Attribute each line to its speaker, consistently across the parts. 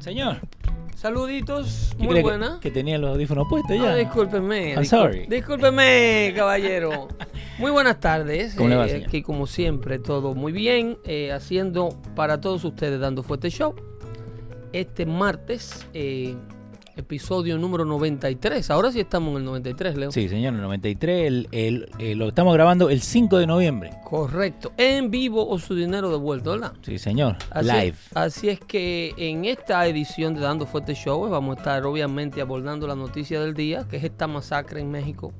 Speaker 1: Señor,
Speaker 2: Saluditos,
Speaker 1: ¿qué
Speaker 2: muy
Speaker 1: cree que-
Speaker 2: buena.
Speaker 1: que, tenía los audífonos puestos ya?
Speaker 2: Ah, discúlpeme.
Speaker 1: I'm
Speaker 2: discú-
Speaker 1: sorry.
Speaker 2: Discúlpeme, caballero. Muy buenas tardes. eh,
Speaker 1: ¿Cómo le va, señor?
Speaker 2: aquí, como siempre, todo muy bien. eh, haciendo para todos ustedes, dando fuerte show. Este martes, eh, episodio número 93. Ahora sí estamos en el 93, Leo.
Speaker 1: Sí, señor, el 93, el, el- eh, lo estamos grabando el 5 de noviembre.
Speaker 2: Correcto. En vivo o su dinero devuelto, ¿verdad?
Speaker 1: Sí, señor,
Speaker 2: Así
Speaker 1: live.
Speaker 2: Es, así es que en esta edición de Dando Fuerte Show pues, vamos a estar obviamente abordando la noticia del día, que es esta masacre en México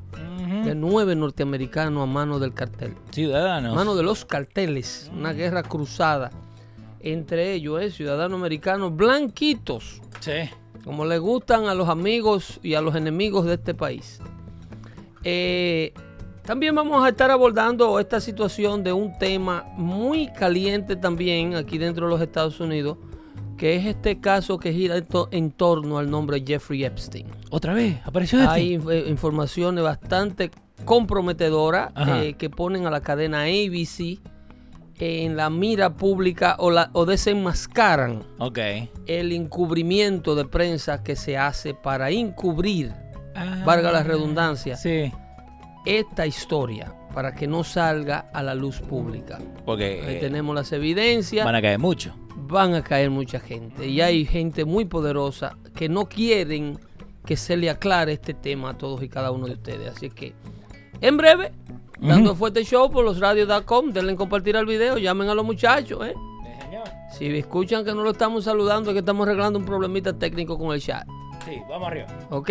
Speaker 1: Ujú.
Speaker 2: de nueve norteamericanos a mano del cartel.
Speaker 1: Ciudadanos.
Speaker 2: Mano de los carteles, una guerra cruzada. Entre ellos, eh, ciudadanos americanos blanquitos,
Speaker 1: Sí.
Speaker 2: como le gustan a los amigos y a los enemigos de este país. Eh, también vamos a estar abordando esta situación de un tema muy caliente también aquí dentro de los Estados Unidos, que es este caso que gira en, to- en torno al nombre Jeffrey Epstein.
Speaker 1: ¿Otra vez? ¿Apareció este?
Speaker 2: Hay inf- eh, informaciones bastante comprometedoras
Speaker 1: Ajá.
Speaker 2: eh, que ponen a la cadena ABC en la mira pública o, la, o desenmascaran
Speaker 1: Ok.
Speaker 2: el encubrimiento de prensa que se hace para encubrir,
Speaker 1: Ah,
Speaker 2: valga la redundancia,
Speaker 1: Sí,
Speaker 2: esta historia para que no salga a la luz pública. Ahí
Speaker 1: porque eh,
Speaker 2: tenemos las evidencias,
Speaker 1: van a caer mucho.
Speaker 2: van a caer mucha gente y hay gente muy poderosa que no quieren que se le aclare este tema a todos y cada uno de ustedes. Así que, en breve, dando fuerte show por losradios.com, denle en compartir al video, llamen a los muchachos, ¿eh? Si escuchan que no lo estamos saludando, es que estamos arreglando un problemita técnico con el chat.
Speaker 1: Sí, vamos arriba.
Speaker 2: ¿Ok?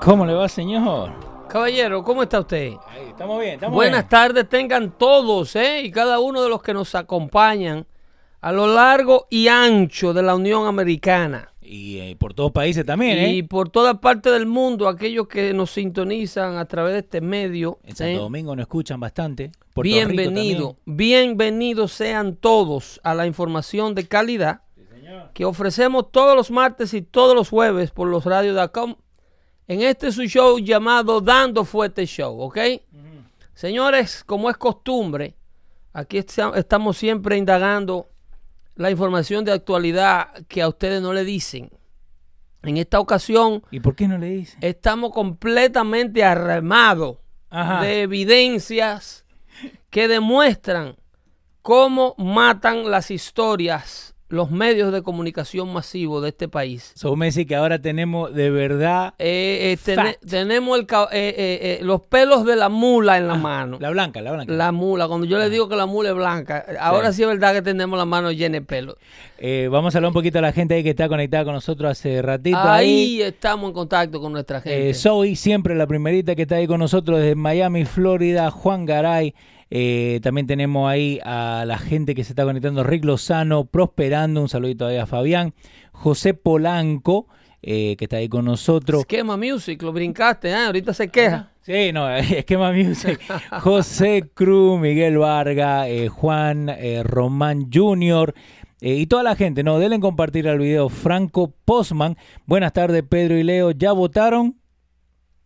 Speaker 1: ¿Cómo le va, señor?
Speaker 2: Caballero, ¿cómo está usted?
Speaker 1: Ahí, estamos bien, estamos
Speaker 2: Buenas
Speaker 1: bien.
Speaker 2: tardes tengan todos, ¿eh? Y cada uno de los que nos acompañan a lo largo y ancho de la Unión Americana.
Speaker 1: Y eh, por todos países también, ¿eh?
Speaker 2: Y por toda parte del mundo, aquellos que nos sintonizan a través de este medio.
Speaker 1: En Santo
Speaker 2: ¿eh?
Speaker 1: Domingo nos escuchan bastante. Puerto Rico
Speaker 2: Bienvenido, bienvenidos sean todos a la información de calidad que ofrecemos todos los martes y todos los jueves por los losradio.com en este su show llamado Dando Fuerte Show, ¿ok? Señores, como es costumbre, aquí esta- estamos siempre indagando la información de actualidad que a ustedes no le dicen. En esta ocasión
Speaker 1: ¿Y por qué no le dice?
Speaker 2: estamos completamente arremados
Speaker 3: Ah.
Speaker 1: Ajá.
Speaker 2: de evidencias que demuestran cómo matan las historias los medios de comunicación masivos de este país.
Speaker 3: Son Messi que ahora tenemos de verdad
Speaker 2: Eh, eh, tene- tenemos el ca- eh, eh, eh, los pelos de la mula en la mano.
Speaker 3: Ah, la Ah. blanca, la blanca.
Speaker 2: La mula, cuando yo le digo que la mula es blanca, ahora sí, es verdad que tenemos la mano llena de pelo.
Speaker 3: Eh, vamos a hablar un poquito a la gente ahí que está conectada con nosotros hace ratito. Ahí,
Speaker 2: Ahí estamos en contacto con nuestra gente.
Speaker 3: Eh, Zoe, siempre la primerita que está ahí con nosotros desde Miami, Florida, Juan Garay. Eh, también tenemos ahí a la gente que se está conectando, Rick Lozano, Prosperando, un saludito ahí a Fabián, José Polanco, eh, que está ahí con nosotros.
Speaker 2: Esquema Music, lo brincaste, ¿eh? ahorita se queja.
Speaker 3: Sí, no, esquema music. José Cruz, Miguel Varga, eh, Juan eh, Román Jr. eh, y toda la gente, no, denle en compartir al video. Franco Postman, buenas tardes Pedro y Leo, ¿ya votaron?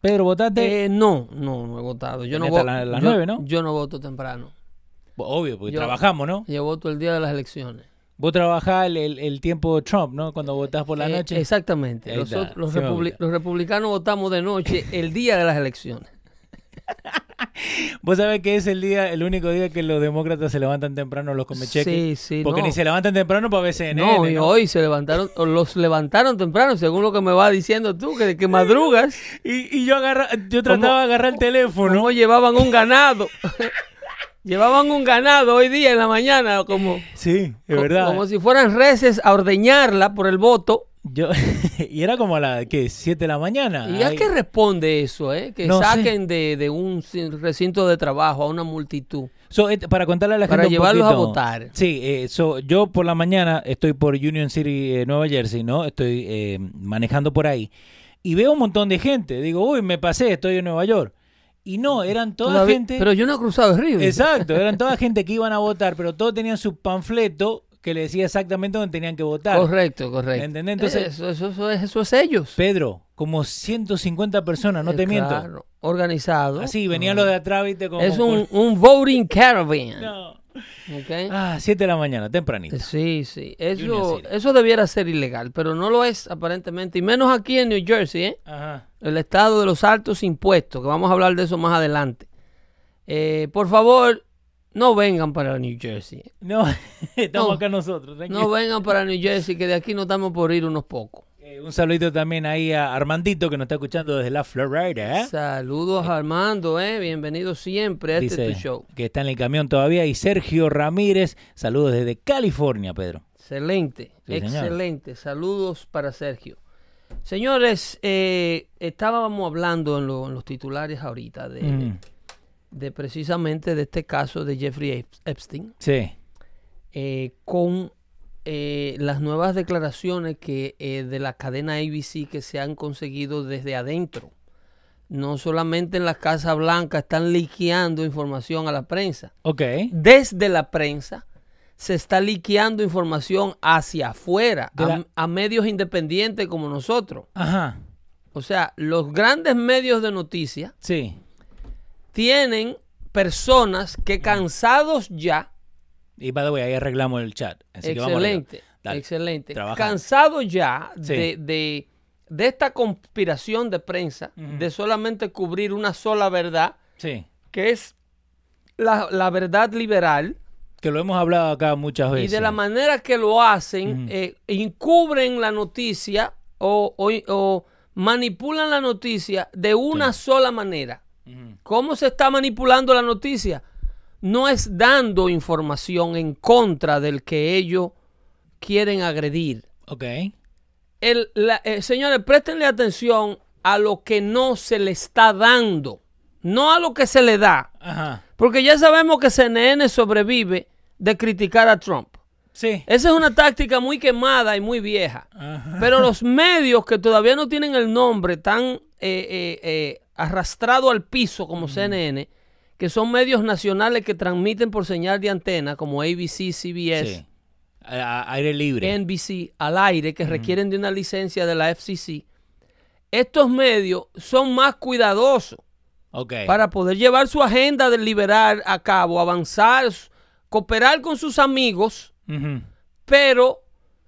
Speaker 3: Pedro, ¿votaste?
Speaker 2: Eh, no, no, no he votado. Yo no,
Speaker 3: Hasta
Speaker 2: voto,
Speaker 3: la- las
Speaker 2: yo-
Speaker 3: nueve, ¿no?
Speaker 2: yo no voto temprano.
Speaker 3: Obvio, porque
Speaker 2: yo-
Speaker 3: trabajamos, ¿no?
Speaker 2: Yo voto el día de las elecciones.
Speaker 3: Vos trabajás el, el- el tiempo de Trump, ¿no? Cuando votás por la
Speaker 2: Eh,
Speaker 3: noche.
Speaker 2: Exactamente.
Speaker 3: Ahí
Speaker 2: Los,
Speaker 3: está,
Speaker 2: los
Speaker 3: sí me
Speaker 2: republi-
Speaker 3: gusta.
Speaker 2: los republicanos votamos de noche el día de las elecciones.
Speaker 3: Vos sabés que es el día, el único día que los demócratas se levantan temprano los comecheques.
Speaker 2: Sí, sí,
Speaker 3: Porque
Speaker 2: no.
Speaker 3: ni se levantan temprano para CNN.
Speaker 2: No, y
Speaker 3: ¿no?
Speaker 2: hoy se levantaron, o los levantaron temprano, según lo que me vas diciendo tú, que, que madrugas,
Speaker 3: Y, y yo agarra, yo trataba de agarrar el teléfono.
Speaker 2: no llevaban un ganado. llevaban un ganado hoy día en la mañana, como,
Speaker 3: Sí, es
Speaker 2: co-
Speaker 3: verdad.
Speaker 2: como si fueran reces a ordeñarla por el voto.
Speaker 3: Yo, y era como a las, ¿qué? 7 de la mañana.
Speaker 2: ¿Y a
Speaker 3: Ahí.
Speaker 2: qué responde eso, eh? Que
Speaker 3: No sé.
Speaker 2: saquen de, de un recinto de trabajo a una multitud.
Speaker 3: So, et- para contarle a la
Speaker 2: Para
Speaker 3: gente un
Speaker 2: llevarlos a
Speaker 3: poquito.
Speaker 2: votar.
Speaker 3: Sí, eh, so, yo por la mañana estoy por Union City, eh, Nueva Jersey, ¿no? Estoy eh, manejando por ahí. Y veo un montón de gente. Digo, uy, me pasé, estoy en Nueva York. Y no, eran toda
Speaker 2: Todavía-
Speaker 3: gente...
Speaker 2: Pero yo no he cruzado el río.
Speaker 3: Exacto, eran toda gente que iban a votar, pero todos tenían su panfleto que le decía exactamente dónde tenían que votar.
Speaker 2: Correcto, correcto.
Speaker 3: ¿Entendés? Entonces-
Speaker 2: eso, eso, eso es, eso es ellos.
Speaker 3: Pedro, como 150 personas, no
Speaker 2: Eh,
Speaker 3: te miento.
Speaker 2: claro, organizado.
Speaker 3: Así, venían los de atrás, viste, como...
Speaker 2: Es un, un voting caravan.
Speaker 3: No.
Speaker 2: ¿ok? Eh,
Speaker 3: Ah, 7 de la mañana, tempranito.
Speaker 2: Sí, sí.
Speaker 3: Union
Speaker 2: Eso,
Speaker 3: City.
Speaker 2: eso debiera ser ilegal, pero no lo es aparentemente. Y menos aquí en New Jersey, ¿eh?
Speaker 3: Ajá.
Speaker 2: el estado de los altos impuestos, que vamos a hablar de eso más adelante. Eh, por favor, no vengan para New Jersey.
Speaker 3: No, estamos
Speaker 2: No.
Speaker 3: acá nosotros. tranquilo.
Speaker 2: No vengan para New Jersey, que de aquí no estamos por ir unos pocos.
Speaker 3: Eh, un saludito también ahí a Armandito que nos está escuchando desde la Florida. ¿eh?
Speaker 2: Saludos a Armando, ¿eh? bienvenido siempre a este
Speaker 3: Dice
Speaker 2: tu show.
Speaker 3: que está en el camión todavía. Y Sergio Ramírez, saludos desde California, Pedro.
Speaker 2: Excelente,
Speaker 3: Sí, señor.
Speaker 2: excelente. Saludos para Sergio. Señores, eh, estábamos hablando en, lo- en los titulares ahorita Eh, de,
Speaker 3: Mm,
Speaker 2: de precisamente de este caso de Jeffrey Ep- Epstein.
Speaker 3: Sí,
Speaker 2: eh, con eh, las nuevas declaraciones que eh, de la cadena ABC que se han conseguido desde adentro. No solamente en la Casa Blanca están liqueando información a la prensa.
Speaker 3: ok.
Speaker 2: Desde la prensa se está liqueando información hacia afuera,
Speaker 3: De
Speaker 2: a-
Speaker 3: la-
Speaker 2: a medios independientes como nosotros.
Speaker 3: Ajá,
Speaker 2: O sea, los grandes medios de noticias
Speaker 3: sí.
Speaker 2: tienen personas que cansados ya
Speaker 3: Y by the way, ahí arreglamos el chat. Así que vamos arriba.
Speaker 2: excelente,
Speaker 3: Dale,
Speaker 2: excelente.
Speaker 3: trabaja.
Speaker 2: Cansado ya
Speaker 3: Sí.
Speaker 2: de, de- de esta conspiración de prensa, de solamente cubrir una sola verdad,
Speaker 3: Sí,
Speaker 2: que es la, la verdad liberal,
Speaker 3: que lo hemos hablado acá muchas
Speaker 2: y
Speaker 3: veces.
Speaker 2: de la manera que lo hacen, eh, encubren la noticia o, o- o manipulan la noticia de una sola manera.
Speaker 3: Ujú.
Speaker 2: ¿Cómo se está manipulando la noticia? No es dando información en contra del que ellos quieren agredir.
Speaker 3: Ok.
Speaker 2: El- la- eh, señores, préstenle atención a lo que no se le está dando, no a lo que se le da.
Speaker 3: Ajá,
Speaker 2: Porque ya sabemos que CNN sobrevive de criticar a Trump.
Speaker 3: sí.
Speaker 2: Esa es una táctica muy quemada y muy vieja.
Speaker 3: Ajá.
Speaker 2: Pero los medios que todavía no tienen el nombre tan eh, eh, eh, arrastrado al piso
Speaker 3: Mm.
Speaker 2: como CNN, que son medios nacionales que transmiten por señal de antena como ABC, CBS,
Speaker 3: Sí. A- a- aire libre.
Speaker 2: NBC al aire,
Speaker 3: Mm.
Speaker 2: que requieren de una licencia de la FCC, estos medios son más cuidadosos
Speaker 3: Ok.
Speaker 2: para poder llevar su agenda de liberar a cabo, avanzar, cooperar con sus amigos
Speaker 3: Ujú.
Speaker 2: pero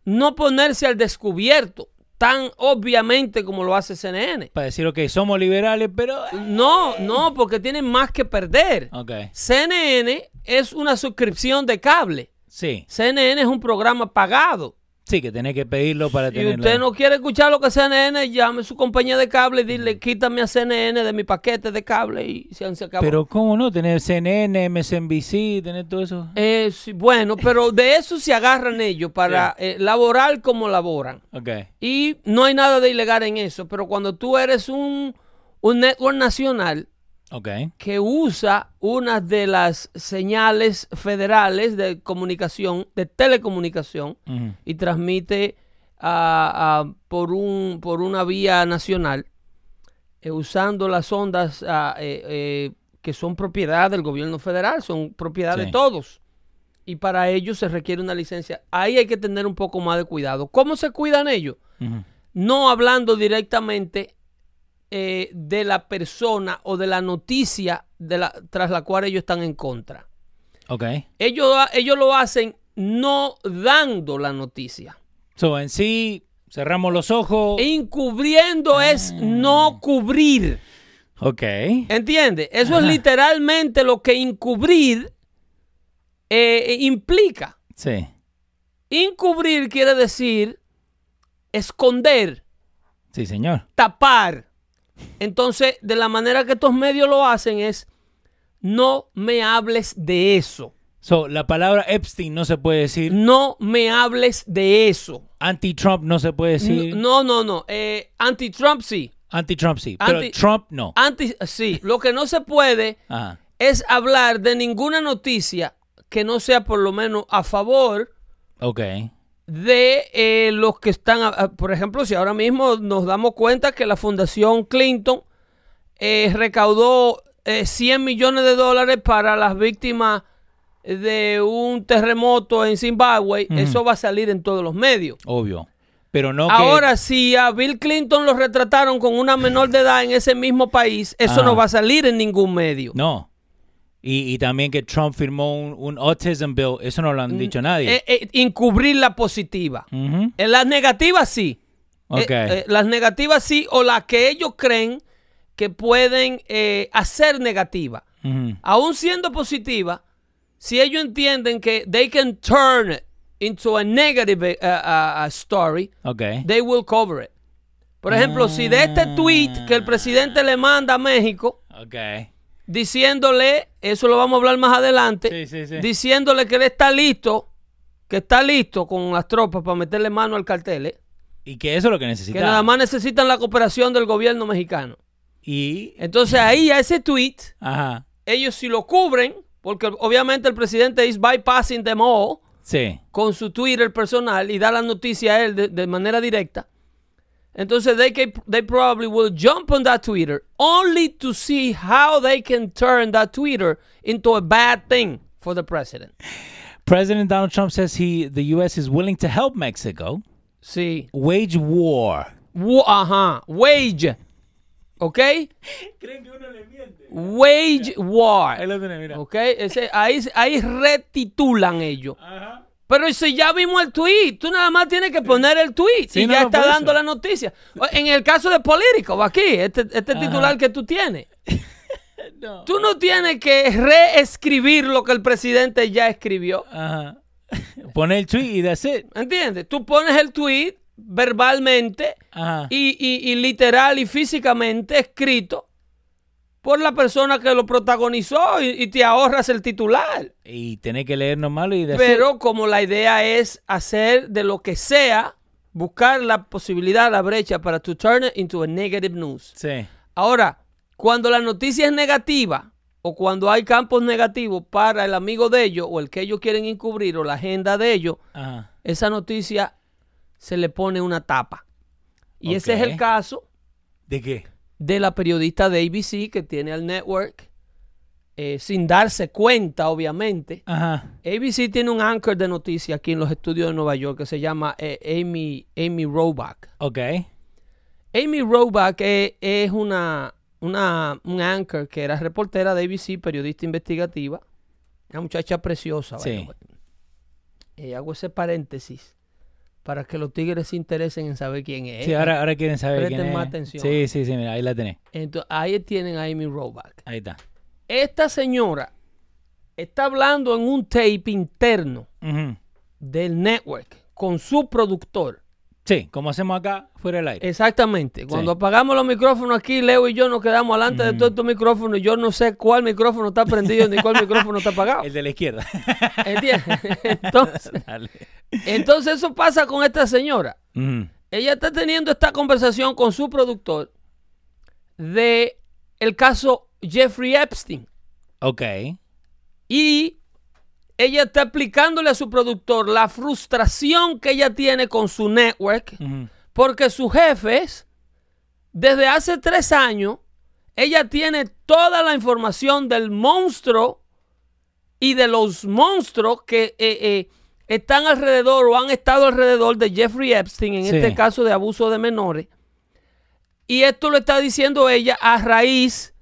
Speaker 2: no ponerse al descubierto tan obviamente como lo hace CNN.
Speaker 3: Para decir, ok, somos liberales, pero...
Speaker 2: No, no,
Speaker 3: Ah.
Speaker 2: porque tienen más que perder.
Speaker 3: Ok.
Speaker 2: CNN es una suscripción de cable.
Speaker 3: Sí,
Speaker 2: CNN es un programa pagado.
Speaker 3: sí, que tenés que pedirlo para
Speaker 2: Y
Speaker 3: tenerlo.
Speaker 2: usted no quiere escuchar lo que es CNN, llame a su compañía de cable y dile, quítame a CNN de mi paquete de cable y se, se acabó.
Speaker 3: Pero cómo no, tener CNN, MSNBC, tener todo eso.
Speaker 2: Eh, sí, bueno, pero de eso se agarran ellos para eh, laborar como laboran.
Speaker 3: Ok.
Speaker 2: Y no hay nada de ilegal en eso, pero cuando tú eres un, un network nacional
Speaker 3: Ok.
Speaker 2: que usa una de las señales federales de comunicación, de telecomunicación,
Speaker 3: Ujú.
Speaker 2: y transmite ah, ah, por, un, por una vía nacional, eh, usando las ondas ah, eh, eh, que son propiedad del gobierno federal, son propiedad de
Speaker 3: Sí.
Speaker 2: todos. Y para ello se requiere una licencia. Ahí hay que tener un poco más de cuidado. ¿Cómo se cuidan ellos?
Speaker 3: Ujú.
Speaker 2: no hablando directamente eh, de la persona o de la noticia de la- tras la cual ellos están en contra.
Speaker 3: Ok.
Speaker 2: Ellos, ha- ellos lo hacen no dando la noticia.
Speaker 3: So, en sí, cerramos los ojos.
Speaker 2: Encubriendo es no cubrir.
Speaker 3: Ok.
Speaker 2: ¿Entiendes? Eso es
Speaker 3: Ajá.
Speaker 2: literalmente lo que encubrir eh, implica.
Speaker 3: Sí.
Speaker 2: Encubrir quiere decir esconder.
Speaker 3: Sí, señor.
Speaker 2: tapar. Entonces, de la manera que estos medios lo hacen es, no me hables de eso.
Speaker 3: So, la palabra Epstein no se puede decir.
Speaker 2: No me hables de eso.
Speaker 3: Anti-Trump no se puede decir.
Speaker 2: No, no, no. Eh, anti-Trump sí.
Speaker 3: Anti-Trump sí.
Speaker 2: Anti-
Speaker 3: Pero Trump no. Ah,
Speaker 2: Anti sí. Lo que no se puede
Speaker 3: Ajá.
Speaker 2: es hablar de ninguna noticia que no sea por lo menos a favor
Speaker 3: Ok.
Speaker 2: de eh, los que están, a- a- por ejemplo, si ahora mismo nos damos cuenta que la Fundación Clinton eh, recaudó eh, 100 millones de dólares para las víctimas de un terremoto en Zimbabue, eso va a salir en todos los medios.
Speaker 3: Obvio. Pero no que.
Speaker 2: Ahora, si a Bill Clinton lo retrataron con una menor de edad en ese mismo país, eso
Speaker 3: Ah.
Speaker 2: no va a salir en ningún medio.
Speaker 3: No. Y, y también que Trump firmó un, un autism bill. Eso no lo han dicho nadie.
Speaker 2: Eh, eh, encubrir la positiva.
Speaker 3: Ujú.
Speaker 2: En las negativas sí.
Speaker 3: Ok.
Speaker 2: Eh, eh, las negativas sí, o las que ellos creen que pueden eh, hacer negativa.
Speaker 3: Ujú.
Speaker 2: Aún siendo positiva, si ellos entienden que they can turn it into a negative eh, a- a- a story,
Speaker 3: Ok.
Speaker 2: they will cover it. Por ejemplo, si de este
Speaker 3: Mm.
Speaker 2: tweet que el presidente le manda a México,
Speaker 3: Ok.
Speaker 2: diciéndole, eso lo vamos a hablar más adelante,
Speaker 3: Sí, sí, sí.
Speaker 2: diciéndole que él está listo, que está listo con las tropas para meterle mano al cartel, eh,
Speaker 3: Y que eso es lo que
Speaker 2: que
Speaker 3: necesitaba.
Speaker 2: nada más necesitan la cooperación del gobierno mexicano.
Speaker 3: Y.
Speaker 2: Entonces ahí a ese tweet,
Speaker 3: Ajá.
Speaker 2: ellos si lo cubren, porque obviamente el presidente is bypassing them all
Speaker 3: Sí.
Speaker 2: con su Twitter personal y da la noticia a él de, de manera directa. Entonces they, can- they probably will jump on that Twitter only to see how they can turn that Twitter into a bad thing for the president.
Speaker 3: President Donald Trump says he the US is willing to help Mexico
Speaker 2: Sí.
Speaker 3: wage war.
Speaker 2: Wo- Ajá. Wage. ¿Ok?
Speaker 3: ¿Creen que uno le miente?
Speaker 2: Wage war.
Speaker 3: Ahí lo tiene, mira.
Speaker 2: ¿Ok? Ese, ahí, ahí retitulan ellos. Pero si ya vimos el tweet, tú nada más tienes que poner el tweet
Speaker 3: Sí,
Speaker 2: y
Speaker 3: no,
Speaker 2: ya
Speaker 3: no,
Speaker 2: está
Speaker 3: por
Speaker 2: dando
Speaker 3: eso.
Speaker 2: la noticia. O- En el caso de Político, aquí, este, este titular que tú tienes. Tú no tienes que reescribir lo que el presidente ya escribió.
Speaker 3: Ajá. Pone el tweet y that's it.
Speaker 2: ¿Entiendes? Tú pones el tweet verbalmente
Speaker 3: Ajá.
Speaker 2: y, y- y literal y físicamente escrito por la persona que lo protagonizó y, y te ahorras el titular.
Speaker 3: Y tiene que leernos malo y that's it.
Speaker 2: Pero como la idea es hacer de lo que sea, buscar la posibilidad, la brecha para to turn it into a negative news.
Speaker 3: Sí.
Speaker 2: Ahora, cuando la noticia es negativa o cuando hay campos negativos para el amigo de ellos o el que ellos quieren encubrir o la agenda de ellos,
Speaker 3: Ajá.
Speaker 2: esa noticia se le pone una tapa. Y ese es
Speaker 3: Ok.
Speaker 2: el caso
Speaker 3: ¿De qué?
Speaker 2: de la periodista de ABC que tiene al network, eh, sin darse cuenta, obviamente.
Speaker 3: Ajá.
Speaker 2: ABC tiene un anchor de noticias aquí en los estudios de Nueva York que se llama eh, Amy, Amy Roback.
Speaker 3: Ok.
Speaker 2: Amy Roback eh, es, una, una un anchor que era reportera de ABC, periodista investigativa. Una muchacha preciosa. by
Speaker 3: Sí.
Speaker 2: the way. Eh, hago ese paréntesis para que los tigres se interesen en saber quién es.
Speaker 3: Sí, ahora, ahora quieren saber
Speaker 2: Eh, presten
Speaker 3: quién es.
Speaker 2: más atención.
Speaker 3: Sí, sí, sí, mira, ahí la tenés.
Speaker 2: Entonces, ahí tienen a Amy Roback.
Speaker 3: Ahí está.
Speaker 2: Esta señora está hablando en un tape interno
Speaker 3: Ujú.
Speaker 2: del network con su productor.
Speaker 3: Sí, como hacemos acá, fuera del aire.
Speaker 2: Exactamente. Cuando apagamos los micrófonos aquí, Leo y yo nos quedamos adelante de todos estos micrófonos. y Yo no sé cuál micrófono está prendido ni cuál micrófono está apagado.
Speaker 3: El de la izquierda.
Speaker 2: ¿Entiendes? Entonces,
Speaker 3: Dale.
Speaker 2: entonces eso pasa con esta señora.
Speaker 3: Ujú.
Speaker 2: Ella está teniendo esta conversación con su productor de el caso Jeffrey Epstein.
Speaker 3: Ok.
Speaker 2: Y ella está explicándole a su productor la frustración que ella tiene con su network,
Speaker 3: Ujú.
Speaker 2: porque sus jefes, desde hace tres años, ella tiene toda la información del monstruo y de los monstruos que eh, eh, están alrededor o han estado alrededor de Jeffrey Epstein, en
Speaker 3: Sí.
Speaker 2: este caso de abuso de menores. Y esto lo está diciendo ella a raíz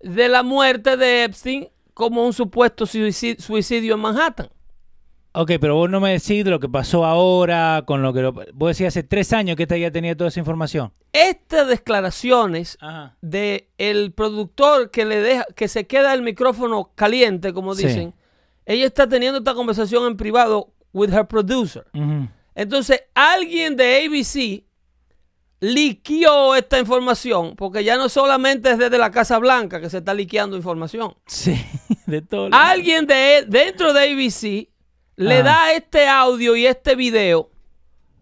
Speaker 2: de la muerte de Epstein como un supuesto suici- suicidio en Manhattan.
Speaker 3: Ok, pero vos no me decís lo que pasó ahora con lo que... lo- Vos decís hace tres años que esta ya tenía toda esa información.
Speaker 2: Estas declaraciones
Speaker 3: Ajá.
Speaker 2: de el productor que le deja que se queda el micrófono caliente, como
Speaker 3: Sí.
Speaker 2: dicen, ella está teniendo esta conversación en privado with her producer. Entonces, alguien de ABC liqueó esta información, porque ya no solamente es desde la Casa Blanca que se está liqueando información.
Speaker 3: Sí, de todo. lo-
Speaker 2: Alguien de dentro de ABC le
Speaker 3: Ajá.
Speaker 2: da este audio y este video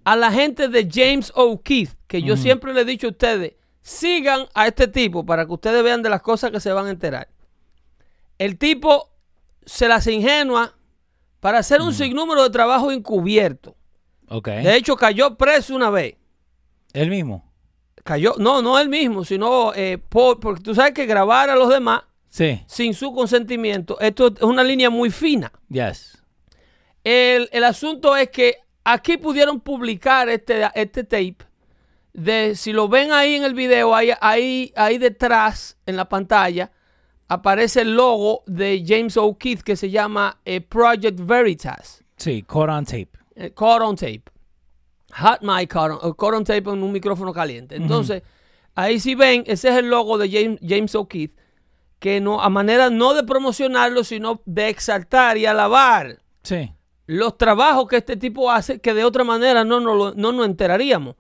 Speaker 2: a la gente de James O'Keefe, que yo siempre le he dicho a ustedes, sigan a este tipo para que ustedes vean de las cosas que se van a enterar. El tipo se las ingenua para hacer un sinnúmero de trabajo encubierto.
Speaker 3: Ok.
Speaker 2: De hecho, cayó preso una vez.
Speaker 3: El mismo.
Speaker 2: Cayó, no, no él mismo, sino eh, por- porque tú sabes que grabar a los demás
Speaker 3: Sí.
Speaker 2: sin su consentimiento, esto es una línea muy fina.
Speaker 3: Yes.
Speaker 2: El, el asunto es que aquí pudieron publicar este, este tape. De, si lo ven ahí en el video, ahí, ahí, ahí detrás en la pantalla, aparece el logo de James O'Keefe que se llama eh, Project Veritas.
Speaker 3: Sí, caught on tape.
Speaker 2: eh, caught on tape. Hot mic caught on, o caught on tape en un micrófono caliente. Entonces, ahí si ven, ese es el logo de James, James O'Keefe, que no, a manera no de promocionarlo, sino de exaltar y alabar
Speaker 3: Sí.
Speaker 2: los trabajos que este tipo hace que de otra manera no nos lo- no nos enteraríamos.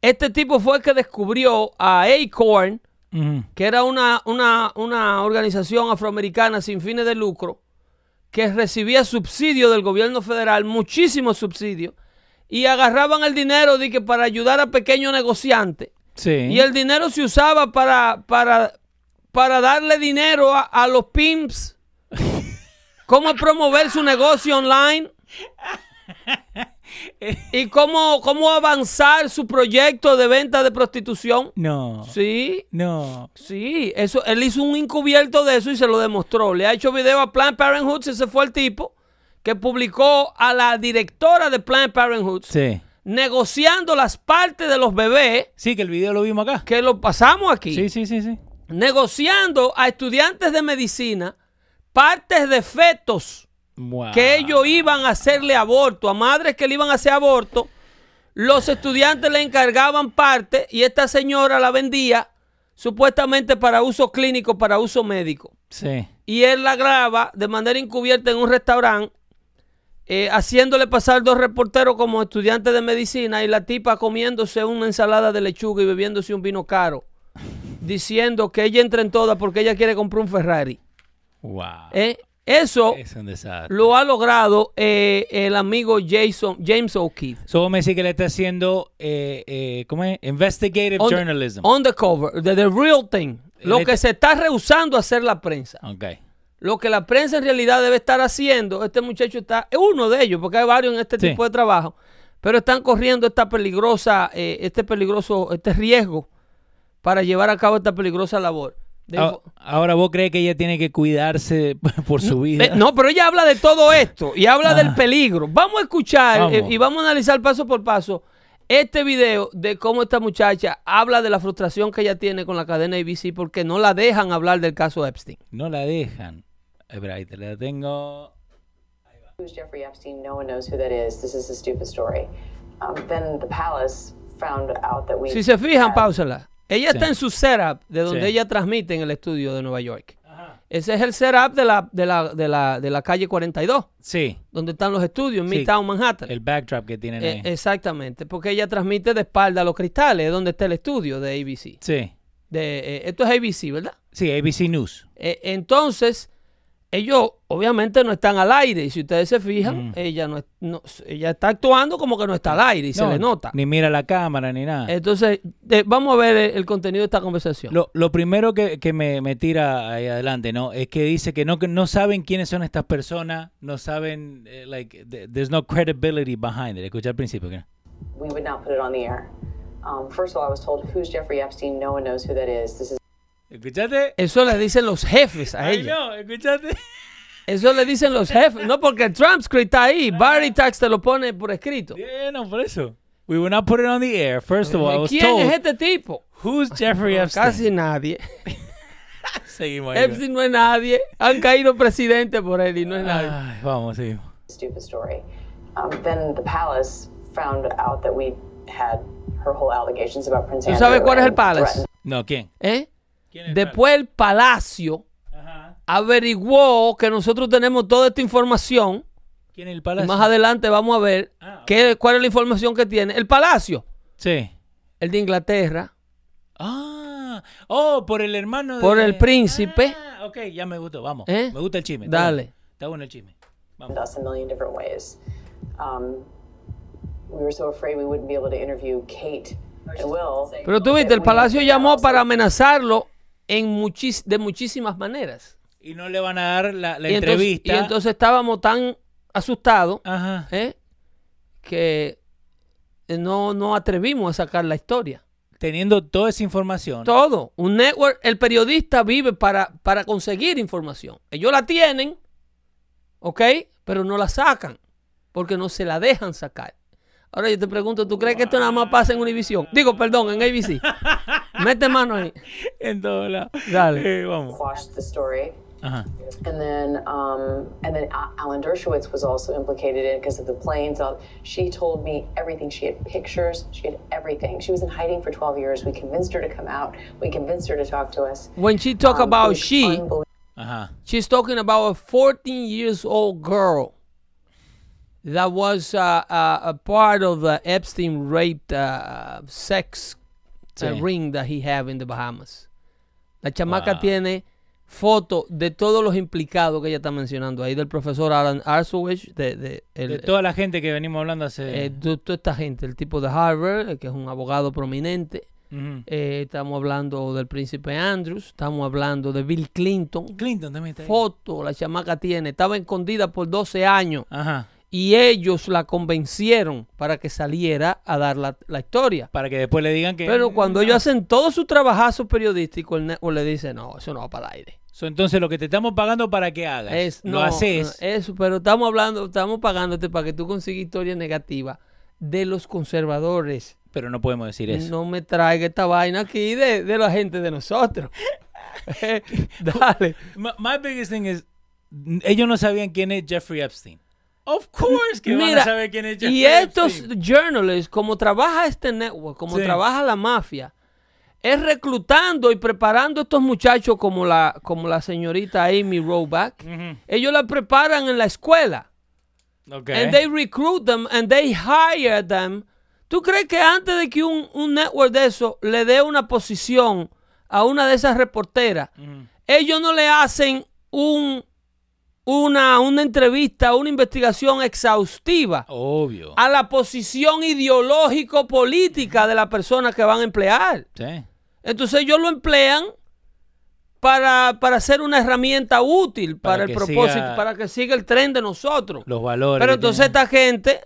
Speaker 2: Este tipo fue el que descubrió a Acorn,
Speaker 3: Ujú.
Speaker 2: que era una, una, una organización afroamericana sin fines de lucro, que recibía subsidio del gobierno federal, muchísimos subsidios, y agarraban el dinero de que para ayudar a pequeños negociantes.
Speaker 3: Sí.
Speaker 2: Y el dinero se usaba para, para, para darle dinero a, a los pimps. Cómo promover su negocio online. Y cómo, cómo avanzar su proyecto de venta de prostitución.
Speaker 3: No.
Speaker 2: Sí,
Speaker 3: No.
Speaker 2: sí. Eso, él hizo un encubierto de eso y se lo demostró. Le ha hecho video a Planned Parenthood. Ese fue el tipo que publicó a la directora de Planned Parenthood
Speaker 3: Sí.
Speaker 2: negociando las partes de los bebés
Speaker 3: Sí, que el video lo vimos acá.
Speaker 2: que lo pasamos aquí.
Speaker 3: Sí, sí, sí, sí.
Speaker 2: negociando a estudiantes de medicina partes de fetos
Speaker 3: Wow.
Speaker 2: que ellos iban a hacerle aborto, a madres que le iban a hacer aborto, los estudiantes le encargaban parte y esta señora la vendía supuestamente para uso clínico, para uso médico.
Speaker 3: Sí.
Speaker 2: Y él la graba de manera encubierta en un restaurante, eh, haciéndole pasar dos reporteros como estudiantes de medicina y la tipa comiéndose una ensalada de lechuga y bebiéndose un vino caro, diciendo que ella entra en todas porque ella quiere comprar un Ferrari.
Speaker 3: Wow.
Speaker 2: Eh, eso
Speaker 3: Es un desastre.
Speaker 2: lo ha logrado eh, el amigo Jason, James O'Keefe.
Speaker 3: So, vos me decís que le está haciendo, eh, eh, ¿cómo es? Investigative
Speaker 2: On the-
Speaker 3: journalism. Eh,
Speaker 2: On the cover, the, the real thing. Lo
Speaker 3: Le-
Speaker 2: que se está rehusando a hacer la prensa.
Speaker 3: ok.
Speaker 2: Lo que la prensa en realidad debe estar haciendo, este muchacho está, es uno de ellos, porque hay varios en este
Speaker 3: Sí.
Speaker 2: tipo de trabajo, pero están corriendo esta peligrosa, eh, este peligroso, este riesgo para llevar a cabo esta peligrosa labor. De
Speaker 3: Ah,
Speaker 2: info-
Speaker 3: Ahora, ¿vos crees que ella tiene que cuidarse por su vida?
Speaker 2: Eh, no, pero ella habla de todo esto y habla del peligro. Vamos a escuchar
Speaker 3: Ah. Vamos.
Speaker 2: eh, y vamos a analizar paso por paso este video de cómo esta muchacha habla de la frustración que ella tiene con la cadena ABC porque no la dejan hablar del caso Epstein.
Speaker 3: No la dejan. Espera, ahí te la tengo.
Speaker 4: Who's Jeffrey Epstein? No one knows who that is. This is a stupid story. Um, then the palace found out that we.
Speaker 2: Si se fijan, pausala. Ella está en su setup de donde
Speaker 3: Sí.
Speaker 2: ella transmite en el estudio de Nueva York. Ese es el setup de la, de la, de la, de la calle 42,
Speaker 3: Sí,
Speaker 2: donde están los estudios, en
Speaker 3: Sí.
Speaker 2: Midtown Manhattan.
Speaker 3: el backdrop que tienen
Speaker 2: Eh,
Speaker 3: ahí.
Speaker 2: exactamente, porque ella transmite de espalda a los cristales, es donde está el estudio de ABC.
Speaker 3: Sí,
Speaker 2: De, eh, esto es ABC, ¿verdad?
Speaker 3: sí, ABC News.
Speaker 2: Eh, entonces, ellos obviamente no están al aire. Y si ustedes se
Speaker 3: Mm.
Speaker 2: fijan, ella no, es- no- ella está actuando como que no está al aire y se
Speaker 3: No,
Speaker 2: le nota. Eh,
Speaker 3: Ni mira la cámara ni nada.
Speaker 2: Entonces, de- vamos a ver el, el contenido de esta conversación.
Speaker 3: Lo, lo primero que, que me, me tira ahí adelante, ¿no? Es que dice que no, que no saben quiénes son estas personas, no saben, eh, like, th- there's no credibility behind it. Escucha al principio. que-
Speaker 4: We would not put it on the air. Um, first of all, I was told, who's Jeffrey Epstein? No one knows who that is. This is
Speaker 3: ¿Escuchaste?
Speaker 2: Eso le dicen los jefes a
Speaker 3: Ay,
Speaker 2: ella.
Speaker 3: no, ¿escuchaste?
Speaker 2: Eso le dicen los jefes. No, porque el transcript está ahí. Barry Tax te lo pone por escrito.
Speaker 3: Yeah, no, por eso. We will not put it on the air. First of all, I was
Speaker 2: ¿Quién
Speaker 3: told,
Speaker 2: es este tipo?
Speaker 3: who's Jeffrey Epstein?
Speaker 2: Casi nadie.
Speaker 3: Seguimos ahí.
Speaker 2: Epstein no es nadie. Han caído presidente por él y no
Speaker 3: Ah.
Speaker 2: es nadie.
Speaker 3: Ay, vamos, seguimos.
Speaker 4: a stupid story. Um, then the palace found out that we had her whole allegations about Prince
Speaker 2: ¿Tú
Speaker 4: Andrew.
Speaker 2: sabes cuál es el
Speaker 4: and
Speaker 2: palace?
Speaker 4: threatened
Speaker 3: No, ¿quién?
Speaker 2: ¿Eh?
Speaker 3: ¿Quién es
Speaker 2: Después el Palacio averiguó que nosotros tenemos toda esta información.
Speaker 3: ¿Quién es el
Speaker 2: Y
Speaker 3: palacio?
Speaker 2: más adelante vamos a ver
Speaker 3: Ah, ok.
Speaker 2: qué, cuál es la información que tiene. El Palacio,
Speaker 3: Sí.
Speaker 2: el de Inglaterra,
Speaker 3: Ah, oh, por el hermano de-
Speaker 2: Por el príncipe.
Speaker 3: Ah, ok, ya me gustó, vamos.
Speaker 2: ¿Eh?
Speaker 3: Me gusta el chisme. está
Speaker 2: Dale.
Speaker 3: bueno. Está bueno el chisme.
Speaker 4: us a million different ways. Um, we were so afraid we wouldn't be able to interview Kate and Will.
Speaker 2: Pero tú viste, el Palacio llamó para amenazarlo en muchis- de muchísimas maneras.
Speaker 3: Y no le van a dar la, la
Speaker 2: y, entonces,
Speaker 3: entrevista. Ah.
Speaker 2: y entonces estábamos tan asustados
Speaker 3: Ajá.
Speaker 2: ¿eh? que eh, no, no atrevimos a sacar la historia.
Speaker 3: Teniendo toda esa información.
Speaker 2: Todo. Un network, el periodista vive para, para conseguir información. Ellos la tienen, ¿ok? Pero no la sacan porque no se la dejan sacar. Ahora yo te pregunto, ¿tú crees que esto nada más pasa en Univision? Digo, perdón, en ABC. Mete mano ahí.
Speaker 3: en todo lado.
Speaker 2: Dale.
Speaker 3: Eh, vamos.
Speaker 4: Quashed the story.
Speaker 2: Uh-huh.
Speaker 3: Ajá.
Speaker 4: And then, um, and then A- Alan Dershowitz was also implicated in because of the planes. Uh, She told me everything. She had pictures. She had everything. She was in hiding for 12 years. We convinced her to come out. We convinced her to talk to us.
Speaker 2: When she talk
Speaker 4: Um, it
Speaker 2: about
Speaker 4: was
Speaker 2: she,
Speaker 4: unbelievable.
Speaker 3: Ajá.
Speaker 2: she's talking about a 14 years old girl that was uh, uh, a part of the Epstein rape uh, sex uh,
Speaker 3: Sí.
Speaker 2: ring that he have in the Bahamas. La chamaca tiene fotos de todos los implicados que ella está mencionando ahí, del profesor Alan Arsovich, de, de, el-
Speaker 3: De toda la gente que venimos hablando hace.
Speaker 2: eh, de toda esta gente, el tipo de Harvard, eh, que es un abogado prominente.
Speaker 3: Ujú.
Speaker 2: Eh, estamos hablando del príncipe Andrews, estamos hablando de Bill Clinton,
Speaker 3: Clinton también está ahí.
Speaker 2: foto la chamaca tiene. Estaba escondida por 12 años
Speaker 3: Ajá.
Speaker 2: y ellos la convencieron para que saliera a dar la, la historia.
Speaker 3: Para que después le digan que.
Speaker 2: Pero cuando
Speaker 3: No.
Speaker 2: ellos hacen todo su trabajazo periodístico, el network le dice, no, eso no va para el aire.
Speaker 3: So, entonces lo que te estamos pagando para que hagas.
Speaker 2: Es,
Speaker 3: lo
Speaker 2: no,
Speaker 3: haces.
Speaker 2: no, Eso, pero estamos hablando, estamos pagándote para que tú consigas historia negativa de los conservadores.
Speaker 3: Pero no podemos decir eso.
Speaker 2: No me traiga esta vaina aquí de, de la gente de nosotros. Dale.
Speaker 3: My, my biggest thing is, n- ellos no sabían quién es Jeffrey Epstein. Of course que van
Speaker 2: Mira,
Speaker 3: a saber quién es Jeffrey
Speaker 2: y estos
Speaker 3: Epstein.
Speaker 2: journalists, como trabaja este network, como
Speaker 3: Sí.
Speaker 2: trabaja la mafia, es reclutando y preparando estos muchachos como la, como la señorita Amy Roback. Ellos la preparan en la escuela.
Speaker 3: Okay.
Speaker 2: And they recruit them and they hire them. ¿Tú crees que antes de que un, un network de eso le dé una posición a una de esas reporteras, ellos no le hacen un, una, una entrevista, una investigación exhaustiva
Speaker 3: Obvio.
Speaker 2: a la posición ideológico-política de la persona que van a emplear?
Speaker 3: Sí.
Speaker 2: Entonces ellos lo emplean para, para ser una herramienta útil para,
Speaker 3: Para
Speaker 2: el
Speaker 3: que
Speaker 2: propósito,
Speaker 3: siga-
Speaker 2: para que siga el tren de nosotros.
Speaker 3: Los valores.
Speaker 2: Pero
Speaker 3: que
Speaker 2: entonces
Speaker 3: tienen.
Speaker 2: esta gente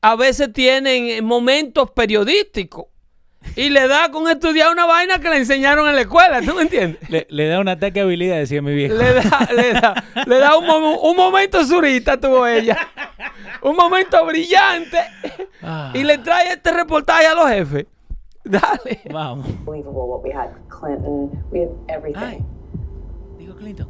Speaker 2: a veces tienen eh, momentos periodísticos y le da con estudiar una vaina que le enseñaron en la escuela, ¿tú me entiendes?
Speaker 3: Le, le da un ataque de habilidad, decía mi viejo.
Speaker 2: Le da, le da, le da un, mom- un momento surita tuvo ella, un momento brillante
Speaker 3: Ah.
Speaker 2: y le trae este reportaje a los jefes. Dale.
Speaker 3: Vamos.
Speaker 4: unbelievable what we had. Clinton, we had
Speaker 3: Ay.
Speaker 4: everything.
Speaker 3: Digo Clinton.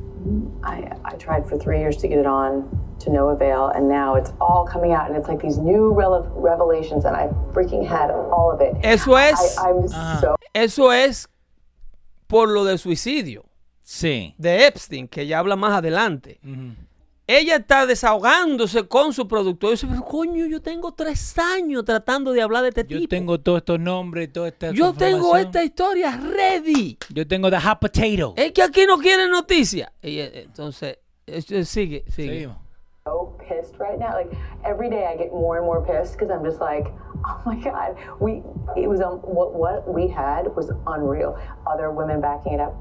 Speaker 4: I, I tried for three years to get it on to no avail, and now it's all coming out, and it's like these new rele- revelations, and I freaking had all of it.
Speaker 2: Eso es, Uh-huh.
Speaker 4: I, I'm so
Speaker 2: eso es por lo del suicidio.
Speaker 3: Sí.
Speaker 2: de Epstein, que ya habla más adelante. Ella está desahogándose con su productor. Y dice, pero coño, yo tengo tres años tratando de hablar de este
Speaker 3: Yo
Speaker 2: tipo.
Speaker 3: tengo todos estos nombres, toda esta
Speaker 2: yo tengo este-
Speaker 3: conformación.
Speaker 2: esta historia ready.
Speaker 3: Yo tengo the hot potato.
Speaker 2: Es que aquí no quieren noticias. Y, eh, entonces, eh, eh, sigue, sigue.
Speaker 3: Seguimos.
Speaker 4: so pissed right now. Like every day, I get more and more pissed because I'm just like, oh my god, we it was um, what what we had was unreal. Other women backing it up.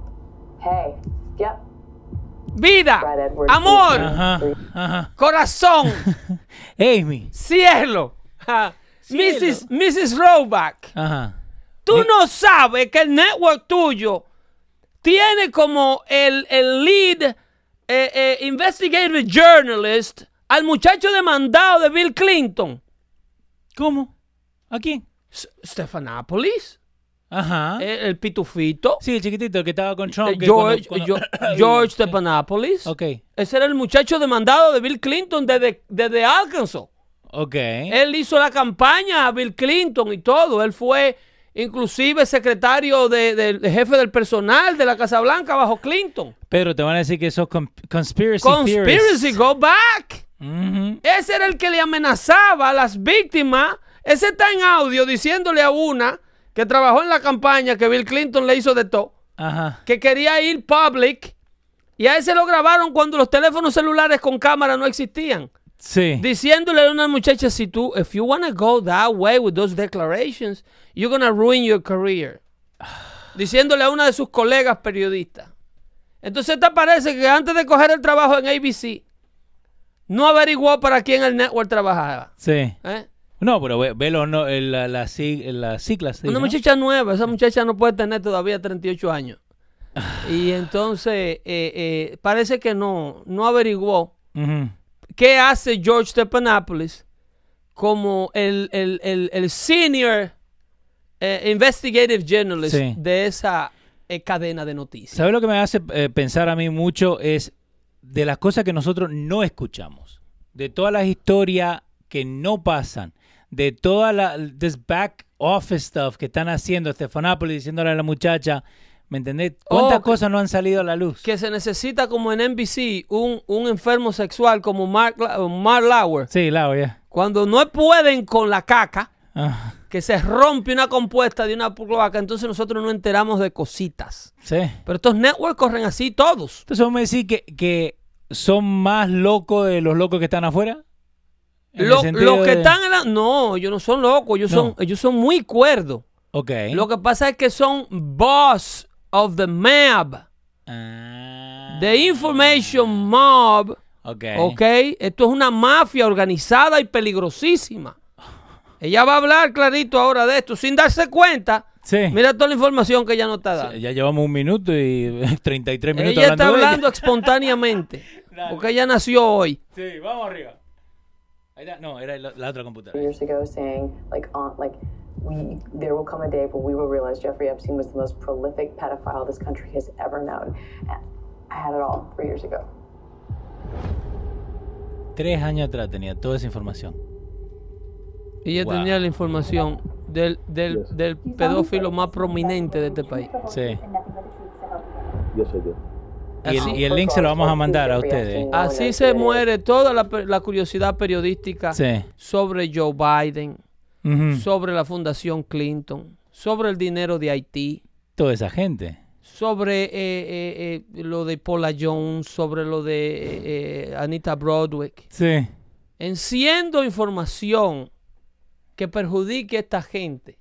Speaker 4: Hey, yep,
Speaker 2: Vida,
Speaker 4: Brad Edwards.
Speaker 2: amor,
Speaker 3: Ajá, ajá.
Speaker 2: corazón,
Speaker 3: Amy.
Speaker 2: cielo. Ja. Mrs. Mrs. Roback.
Speaker 3: Ajá.
Speaker 2: Tú no sabes que el network tuyo tiene como el, el lead eh, eh, investigative journalist al muchacho demandado de Bill Clinton,
Speaker 3: ¿Cómo? ¿A quién?
Speaker 2: S- Stephanopoulos,
Speaker 3: Ajá.
Speaker 2: eh, el pitufito,
Speaker 3: sí, el chiquitito, el que estaba con
Speaker 2: eh,
Speaker 3: Trump. que
Speaker 2: George,
Speaker 3: cuando-
Speaker 2: Yo-
Speaker 3: cuando-
Speaker 2: George Stephanopoulos.
Speaker 3: Ok,
Speaker 2: Ese era el muchacho demandado de Bill Clinton desde, desde Arkansas.
Speaker 3: ok.
Speaker 2: Él hizo la campaña a Bill Clinton y todo. Él fue inclusive secretario de- del jefe del personal de la Casa Blanca bajo Clinton.
Speaker 3: Pero te van a decir que sos con- conspiracy
Speaker 2: Conspiracy,
Speaker 3: theorists.
Speaker 2: go back.
Speaker 3: Ujú.
Speaker 2: Ese era el que le amenazaba a las víctimas. Ese está en audio diciéndole a una que trabajó en la campaña que Bill Clinton le hizo de todo,
Speaker 3: Ajá.
Speaker 2: que quería ir public. Y a ese lo grabaron cuando los teléfonos celulares con cámara no existían.
Speaker 3: Sí.
Speaker 2: Diciéndole a una muchacha, si tú, if you wanna go that way with those declarations, you're gonna ruin your career. Diciéndole a una de sus colegas periodistas. Entonces esta parece que antes de coger el trabajo en ABC, no averiguó para quién el network trabajaba.
Speaker 3: Sí.
Speaker 2: ¿eh?
Speaker 3: No, pero ve, ve los no, el- la, la, sig- la sigla. sí, ¿no?
Speaker 2: Una muchacha nueva, esa muchacha no puede tener todavía 38 años. Y entonces eh, eh, parece que no, no averiguó
Speaker 3: Ujú.
Speaker 2: ¿qué hace George Stephanopoulos como el, el- el- el senior eh, investigative journalist
Speaker 3: Sí.
Speaker 2: de esa eh, cadena de noticias?
Speaker 3: ¿Sabes lo que me hace eh, pensar a mí mucho? Es de las cosas que nosotros no escuchamos. De todas las historias que no pasan. De toda la. This back office stuff que están haciendo Stefanopoulos diciéndole a la muchacha. ¿Me entendés? ¿Cuántas
Speaker 2: Oh, que-
Speaker 3: cosas no han salido a la luz?
Speaker 2: Que se necesita como en NBC un, un enfermo sexual como Mark, La- Mark Lauer.
Speaker 3: Sí, la ya.
Speaker 2: Cuando no pueden con la caca,
Speaker 3: Ah,
Speaker 2: que se rompe una compuesta de una cloaca, entonces nosotros no enteramos de cositas.
Speaker 3: sí.
Speaker 2: Pero estos networks corren así todos.
Speaker 3: Entonces vamos a decir que, que son más locos de los locos que están afuera. En el
Speaker 2: Lo-
Speaker 3: sentido
Speaker 2: los que
Speaker 3: de-
Speaker 2: están en la... No, ellos no son locos, ellos,
Speaker 3: No.
Speaker 2: son, ellos son muy cuerdos.
Speaker 3: Ok.
Speaker 2: ¿Eh? Lo que pasa es que son boss of the MAB,
Speaker 3: Ah,
Speaker 2: the Information Mob,
Speaker 3: ok.
Speaker 2: ¿ok? Esto es una mafia organizada y peligrosísima. Ella va a hablar clarito ahora de esto, sin darse cuenta.
Speaker 3: Sí.
Speaker 2: Mira toda la información que ella no está dando.
Speaker 3: Ya llevamos un minuto y 33 minutos
Speaker 2: Ella está
Speaker 3: de
Speaker 2: hablando espontáneamente, porque ella nació hoy.
Speaker 3: ella. Sí, vamos arriba. Ahí está. No, era la, la otra computadora.
Speaker 4: years ago saying like on like we there will come a day where we will realize Jeffrey Epstein was the most prolific pedophile this country has ever known. And I had it all three years ago.
Speaker 3: Tres años atrás tenía toda esa información.
Speaker 2: Ella
Speaker 3: Wow.
Speaker 2: tenía la información del, del, del pedófilo más prominente de este país.
Speaker 3: Sí.
Speaker 5: Yes, I did.
Speaker 3: Y el, y el link se lo vamos a mandar a ustedes.
Speaker 2: Así se muere toda la, pe- la curiosidad periodística
Speaker 3: Sí.
Speaker 2: sobre Joe Biden.
Speaker 3: Ujú.
Speaker 2: sobre la Fundación Clinton, sobre el dinero de Haití,
Speaker 3: Toda esa gente.
Speaker 2: sobre eh, eh, eh, lo de Paula Jones, sobre lo de eh, eh, Anita Broadwick.
Speaker 3: Sí.
Speaker 2: Enciendo información que perjudique a esta gente.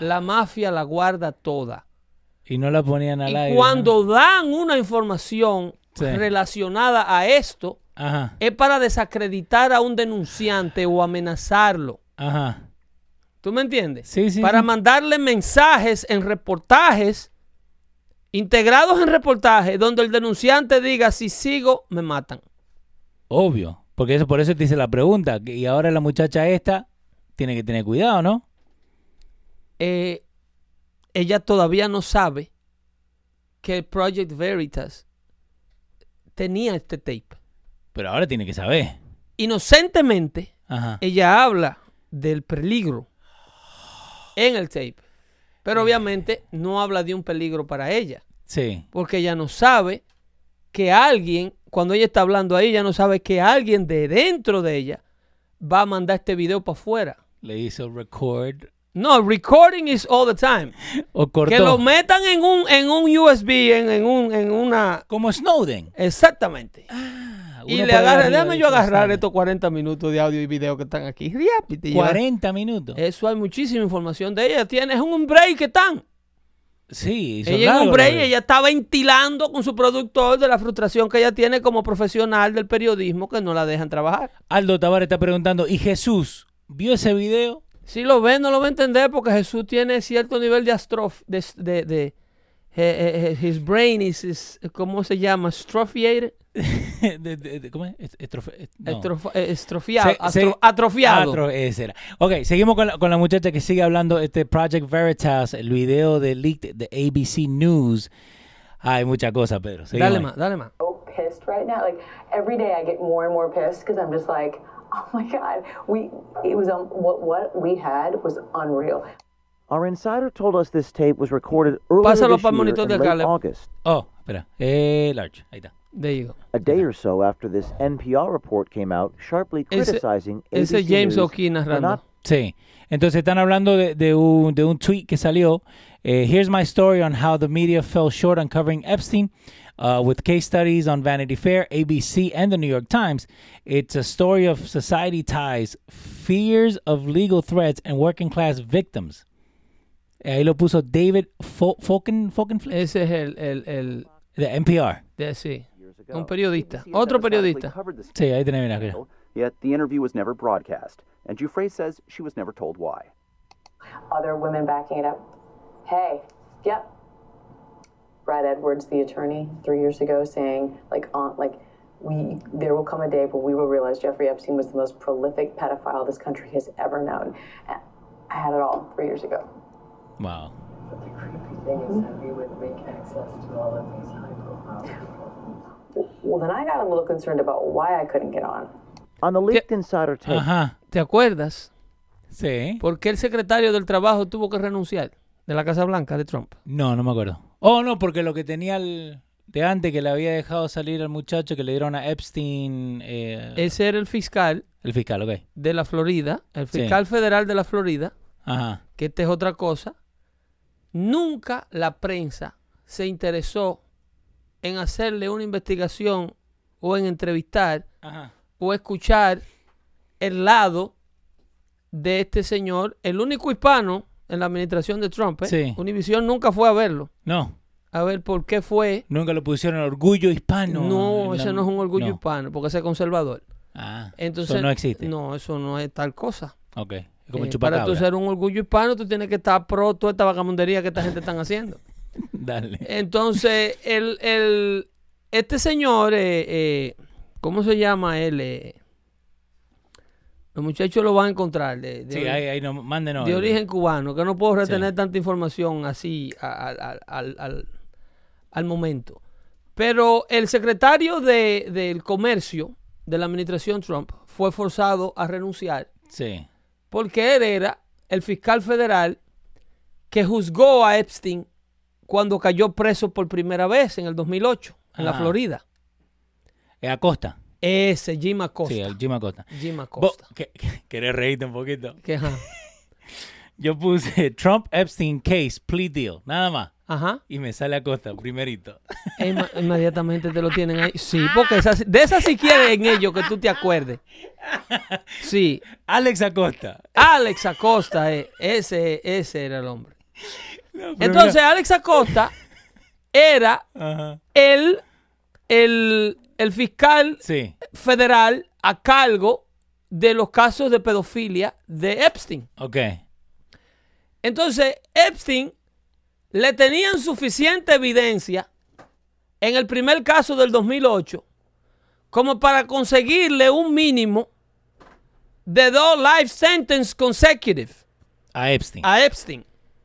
Speaker 2: La mafia la guarda toda.
Speaker 3: Y no la ponían al aire.
Speaker 2: Y
Speaker 3: ¿no?
Speaker 2: cuando dan una información
Speaker 3: Sí.
Speaker 2: relacionada a esto,
Speaker 3: Ajá,
Speaker 2: es para desacreditar a un denunciante o amenazarlo.
Speaker 3: ajá.
Speaker 2: ¿Tú me entiendes?
Speaker 3: Sí, sí,
Speaker 2: Para
Speaker 3: sí.
Speaker 2: mandarle mensajes en reportajes, integrados en reportajes, donde el denunciante diga, si sigo, me matan.
Speaker 3: Obvio. Porque eso, por eso te hice la pregunta. Y ahora la muchacha esta tiene que tener cuidado, ¿no?
Speaker 2: Eh, ella todavía no sabe que Project Veritas tenía este tape.
Speaker 3: Pero ahora tiene que saber.
Speaker 2: Inocentemente,
Speaker 3: Ajá.
Speaker 2: ella habla del peligro en el tape. Pero obviamente no habla de un peligro para ella.
Speaker 3: Sí.
Speaker 2: porque ella no sabe que alguien, cuando ella está hablando ahí, ella no sabe que alguien de dentro de ella va a mandar este video para afuera.
Speaker 3: Le hizo record
Speaker 2: No, recording is all the time.
Speaker 3: o cortó.
Speaker 2: Que lo metan en un, en un USB, en, en un, en una...
Speaker 3: Como Snowden.
Speaker 2: Exactamente. y
Speaker 3: Uno
Speaker 2: le
Speaker 3: para
Speaker 2: agarra,
Speaker 3: Ah, arriba,
Speaker 2: déjame yo
Speaker 3: otro
Speaker 2: agarrar
Speaker 3: sale.
Speaker 2: estos 40 minutos de audio y video que están aquí. Rápido, y yo-
Speaker 3: 40 minutos.
Speaker 2: Eso hay muchísima información de ella. Tienes un break que están.
Speaker 3: sí, y son
Speaker 2: Ella en un
Speaker 3: largos los
Speaker 2: break,
Speaker 3: videos.
Speaker 2: ella está ventilando con su productor de la frustración que ella tiene como profesional del periodismo que no la dejan trabajar.
Speaker 3: Aldo Tavares está preguntando, ¿y Jesús vio ese video?
Speaker 2: Si lo ve, no lo va a entender porque Jesús tiene cierto nivel de astrof... De, de, de- eh, eh, eh, his brain is, is- ¿Cómo se llama? Astrophiated.
Speaker 3: De- de- de- ¿Cómo es? Est- estrofe- est- no.
Speaker 2: Estrofa- eh, estrofiado,
Speaker 3: Se- se-
Speaker 2: astro- atrofiado.
Speaker 3: Atro- ese era. Ok, seguimos con la, con la muchacha que sigue hablando. Este Project Veritas, el video de leaked de ABC News. Hay mucha cosa, Pedro. Seguimos
Speaker 2: dale
Speaker 3: ahí.
Speaker 2: más, dale más.
Speaker 4: so pissed right now. Like every day, I get more and more pissed because I'm just like, oh my god, we it was um, what what we had was unreal.
Speaker 6: Our insider told us this tape was recorded earlier
Speaker 2: Pásalo
Speaker 6: this
Speaker 2: pa'l
Speaker 6: year
Speaker 2: monitor
Speaker 6: in
Speaker 2: del
Speaker 6: late
Speaker 2: Caleb.
Speaker 6: August,
Speaker 3: Oh, espera. Eh, large. Ahí está.
Speaker 2: There you go.
Speaker 6: a day or so after this NPR report came out, sharply
Speaker 2: Ese-
Speaker 6: criticizing
Speaker 2: ese
Speaker 6: ABC
Speaker 2: James
Speaker 6: News
Speaker 2: O'Keefe
Speaker 6: for
Speaker 2: narrando.
Speaker 6: not
Speaker 3: Sí. Entonces están hablando de, de un, de un tweet que salió. Eh, Here's my story on how the media fell short on covering Epstein uh, with case studies on Vanity Fair, ABC, and the New York Times. It's a story of society ties, fears of legal threats, and working class victims. Eh, Ahí lo puso David Fo- Falken, Falkenflik,
Speaker 2: Ese es el... el, el
Speaker 3: de NPR.
Speaker 2: de, sí.
Speaker 6: ago.
Speaker 2: Un periodista.
Speaker 7: BBC has
Speaker 2: Otro
Speaker 7: satisfactorily
Speaker 2: periodista.
Speaker 7: covered this
Speaker 3: Sí, ahí tenés, mira, mira.
Speaker 7: scandal, Yet the interview was never broadcast, and Dufresne says she was never told why.
Speaker 4: Other women backing it up. Hey, yep. Brad Edwards, the attorney, three years ago, saying like on like we there will come a day where we will realize Jeffrey Epstein was the most prolific pedophile this country has ever known. And I had it all three years ago.
Speaker 3: Wow.
Speaker 8: The creepy thing is that we would make access to all of these high profile people.
Speaker 4: Well, then I got a little concerned about why I couldn't get on.
Speaker 6: On the leaked insider tape,
Speaker 3: Ajá.
Speaker 2: ¿Te acuerdas?
Speaker 3: Sí.
Speaker 2: ¿Por qué el secretario del trabajo tuvo que renunciar de la Casa Blanca de Trump?
Speaker 3: No, no me acuerdo. Oh, no, porque lo que tenía el de antes que le había dejado salir al muchacho que le dieron a Epstein, eh,
Speaker 2: Ese era el fiscal
Speaker 3: el fiscal, ok.
Speaker 2: de la Florida, el
Speaker 3: Sí.
Speaker 2: fiscal federal de la Florida,
Speaker 3: Ajá.
Speaker 2: que esta es otra cosa. Nunca la prensa se interesó en hacerle una investigación o en entrevistar
Speaker 3: Ajá.
Speaker 2: o escuchar el lado de este señor, el único hispano en la administración de Trump. ¿eh?
Speaker 3: Sí.
Speaker 2: Univision nunca fue a verlo,
Speaker 3: No,
Speaker 2: a ver por qué fue
Speaker 3: nunca lo pusieron orgullo hispano.
Speaker 2: No,
Speaker 3: en la-
Speaker 2: ese no es un orgullo
Speaker 3: no.
Speaker 2: hispano, porque ese es conservador.
Speaker 3: Ah,
Speaker 2: Entonces,
Speaker 3: eso no existe.
Speaker 2: No, eso no es tal cosa.
Speaker 3: Ok, es como
Speaker 2: Eh,
Speaker 3: el
Speaker 2: para tú
Speaker 3: chupacabra.
Speaker 2: ser un orgullo hispano, tú tienes que estar pro toda esta vagamundería que esta gente están haciendo.
Speaker 3: Dale.
Speaker 2: Entonces, el, el- este señor, eh, eh, ¿cómo se llama él? Eh, los muchachos lo van a encontrar. De, de
Speaker 3: Sí,
Speaker 2: ori-
Speaker 3: ahí, ahí no, mándenos.
Speaker 2: de
Speaker 3: el-
Speaker 2: origen cubano, que no puedo retener
Speaker 3: Sí.
Speaker 2: tanta información así a- al, al- al- al- al momento. Pero el secretario de- del comercio de la administración Trump fue forzado a renunciar
Speaker 3: Sí.
Speaker 2: porque él era el fiscal federal que juzgó a Epstein cuando cayó preso por primera vez en el 2008 en la
Speaker 3: Ah.
Speaker 2: Florida.
Speaker 3: Eh, Acosta.
Speaker 2: Ese Jim Acosta.
Speaker 3: Sí, el Jim Acosta.
Speaker 2: Jim
Speaker 3: Bo-
Speaker 2: Acosta.
Speaker 3: que- que- ¿Querés reírte un poquito?
Speaker 2: Que, ajá.
Speaker 3: Yo puse Trump Epstein case plea deal, nada más.
Speaker 2: ajá.
Speaker 3: Y me sale Acosta, primerito.
Speaker 2: E inma- Inmediatamente te lo tienen ahí. Sí, porque esas- de esas si quieren ellos que tú te acuerdes. Sí,
Speaker 3: Alex Acosta.
Speaker 2: Alex Acosta, eh, ese, ese era el hombre.
Speaker 3: No, pero
Speaker 2: Entonces, Alex Acosta era
Speaker 3: mira. Ajá.
Speaker 2: el, el, el fiscal
Speaker 3: Sí,
Speaker 2: federal a cargo de los casos de pedofilia de Epstein.
Speaker 3: ok.
Speaker 2: Entonces, Epstein le tenían suficiente evidencia en el primer caso del 2008 como para conseguirle un mínimo de dos life sentence consecutive
Speaker 3: A Epstein.
Speaker 2: a Epstein.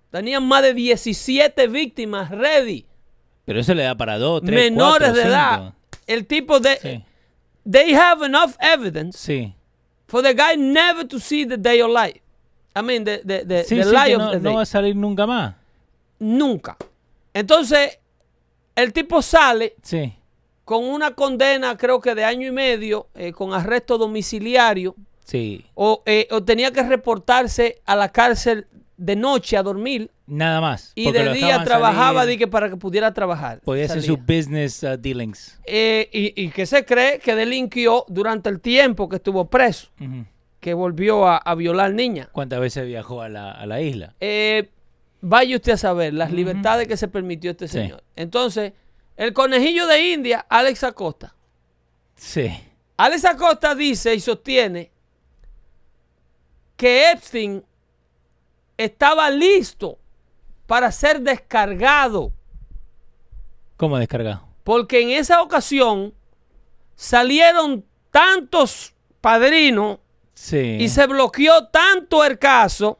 Speaker 2: Tenían más de 17 víctimas ready,
Speaker 3: Pero eso le da para dos, tres,
Speaker 2: menores
Speaker 3: cuatro,
Speaker 2: de
Speaker 3: cinco.
Speaker 2: edad. El tipo de...
Speaker 3: Sí,
Speaker 2: They have enough evidence
Speaker 3: sí.
Speaker 2: for the guy never to see the day of life. I mean, the, the, the,
Speaker 3: Sí,
Speaker 2: the
Speaker 3: sí,
Speaker 2: lie
Speaker 3: que
Speaker 2: of
Speaker 3: no,
Speaker 2: the
Speaker 3: no
Speaker 2: day.
Speaker 3: va a salir nunca más.
Speaker 2: Nunca. Entonces, el tipo sale
Speaker 3: Sí.
Speaker 2: con una condena, creo que de año y medio, eh, con arresto domiciliario,
Speaker 3: Sí.
Speaker 2: o, eh, o tenía que reportarse a la cárcel de noche a dormir
Speaker 3: Nada más.
Speaker 2: y
Speaker 3: porque
Speaker 2: de
Speaker 3: lo
Speaker 2: día
Speaker 3: dejaban
Speaker 2: trabajaba
Speaker 3: salir.
Speaker 2: di que para que pudiera trabajar.
Speaker 3: Podía hacer
Speaker 2: Salía.
Speaker 3: sus business uh, dealings.
Speaker 2: Eh, y, y que se cree que delinquió durante el tiempo que estuvo preso,
Speaker 3: Ujú.
Speaker 2: que volvió a, a violar niñas.
Speaker 3: ¿Cuántas veces viajó a la, a la isla?
Speaker 2: Eh, vaya usted a saber las libertades que se permitió este
Speaker 3: Sí.
Speaker 2: señor. Entonces, el conejillo de India, Alex Acosta.
Speaker 3: Sí.
Speaker 2: Alex Acosta dice y sostiene que Epstein estaba listo para ser descargado,
Speaker 3: ¿Cómo descargado?
Speaker 2: porque en esa ocasión salieron tantos padrinos
Speaker 3: Sí.
Speaker 2: y se bloqueó tanto el caso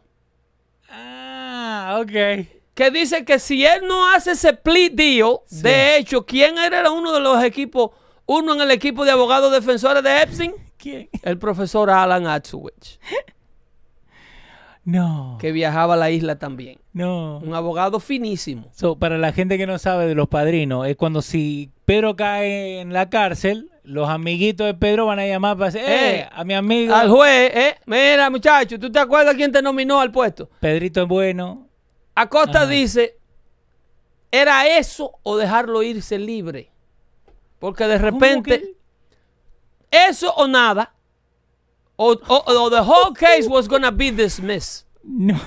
Speaker 3: Ah, ok.
Speaker 2: que dice que si él no hace ese plea deal, de hecho, ¿quién era uno de los equipos, uno en el equipo de abogados defensores de Epstein?
Speaker 3: ¿Quién?
Speaker 2: El profesor Alan Atsovich,
Speaker 3: No.
Speaker 2: que viajaba a la isla también.
Speaker 3: No.
Speaker 2: Un abogado finísimo.
Speaker 3: So, para la gente que no sabe de los padrinos, es cuando si Pedro cae en la cárcel, los amiguitos de Pedro van a llamar para decir, ¡eh!
Speaker 2: Eh,
Speaker 3: a mi amigo.
Speaker 2: Al juez, ¿eh? Mira, muchacho, ¿tú te acuerdas quién te nominó al puesto?
Speaker 3: Pedrito es bueno.
Speaker 2: Acosta
Speaker 3: Ajá.
Speaker 2: dice, ¿era eso o dejarlo irse libre? Porque de repente, eso o nada, o, o- o the whole case was gonna be dismissed.
Speaker 3: No.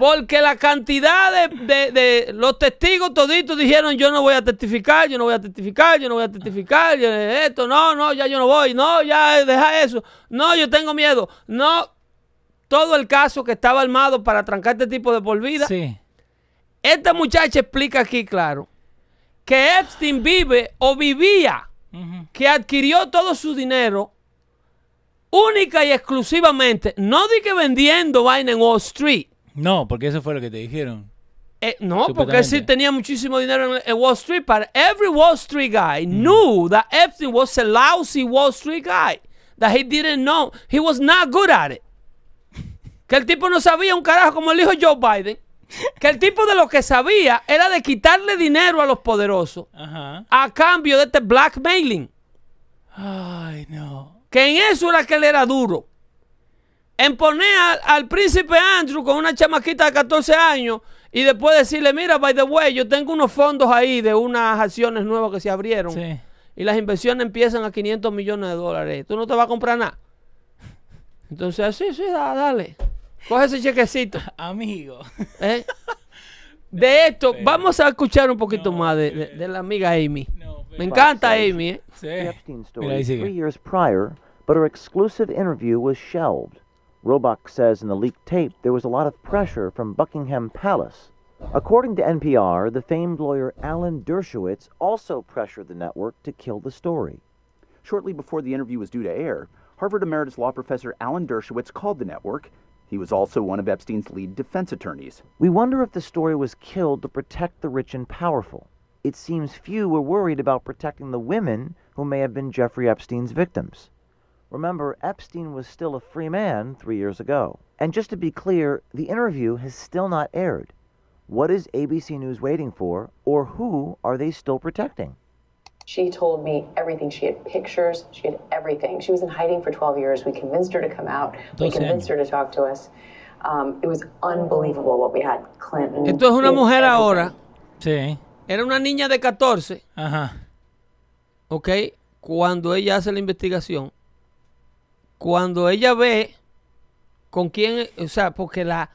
Speaker 2: Porque la cantidad de, de- de- los testigos toditos dijeron, yo no voy a testificar, yo no voy a testificar, yo no voy a testificar, yo- esto, no, no, ya yo no voy, no, ya eh, deja eso, no, yo tengo miedo, no. Todo el caso que estaba armado para trancar este tipo de por vida,
Speaker 3: Sí.
Speaker 2: esta muchacha explica aquí, claro, que Epstein vive o vivía, que adquirió todo su dinero única y exclusivamente, no di que vendiendo vaina en Wall Street.
Speaker 3: No, porque eso fue lo que te dijeron.
Speaker 2: Eh, no, porque él sí
Speaker 3: Supuestamente.
Speaker 2: tenía muchísimo dinero en, en Wall Street, but every Wall Street guy knew that Epstein was a lousy Wall Street guy. That he didn't know. He was not good at it. Que el tipo no sabía un carajo como el hijo Joe Biden. Que el tipo de lo que sabía era de quitarle dinero a los poderosos
Speaker 3: Ajá.
Speaker 2: a cambio de este blackmailing.
Speaker 3: Ay, no.
Speaker 2: Que en eso era que él era duro. En poner al, al príncipe Andrew con una chamaquita de 14 años y después decirle, mira, by the way, yo tengo unos fondos ahí de unas acciones nuevas que se abrieron
Speaker 3: Sí.
Speaker 2: y las inversiones empiezan a 500 millones de dólares. Tú no te vas a comprar nada. Entonces, sí, sí, da- dale. Coge ese chequecito.
Speaker 3: Amigo.
Speaker 2: ¿eh? De esto, vamos a escuchar un poquito más de, de- de la amiga Amy. Me encanta Amy. ¿eh?
Speaker 3: Sí.
Speaker 6: The Epstein
Speaker 3: Mira,
Speaker 6: story
Speaker 3: ahí
Speaker 6: three
Speaker 3: sigue.
Speaker 6: years prior, but her exclusive interview was shelved. Roebuck says in the leaked tape there was a lot of pressure from Buckingham Palace. According to NPR, the famed lawyer Alan Dershowitz also pressured the network to kill the story.
Speaker 7: Shortly before the interview was due to air, Harvard Emeritus Law Professor Alan Dershowitz called the network. He was also one of Epstein's lead defense attorneys.
Speaker 6: We wonder if the story was killed to protect the rich and powerful. It seems few were worried about protecting the women who may have been Jeffrey Epstein's victims. Remember, Epstein was still a free man three years ago. And just to be clear, the interview has still not aired. What is ABC News waiting for, or who are they still protecting?
Speaker 4: She told me everything. She had pictures, she had everything. She was in hiding for 12 years. We convinced her to come out, we
Speaker 3: Doce
Speaker 4: convinced her to talk to us. Um, it was unbelievable what we had. Clinton.
Speaker 2: Esto es una
Speaker 4: did
Speaker 2: mujer
Speaker 4: everything.
Speaker 2: ahora.
Speaker 3: Sí.
Speaker 2: Era una niña de 14.
Speaker 3: Ajá.
Speaker 2: ¿ok? Cuando ella hace la investigación, cuando ella ve con quién, o sea, porque la,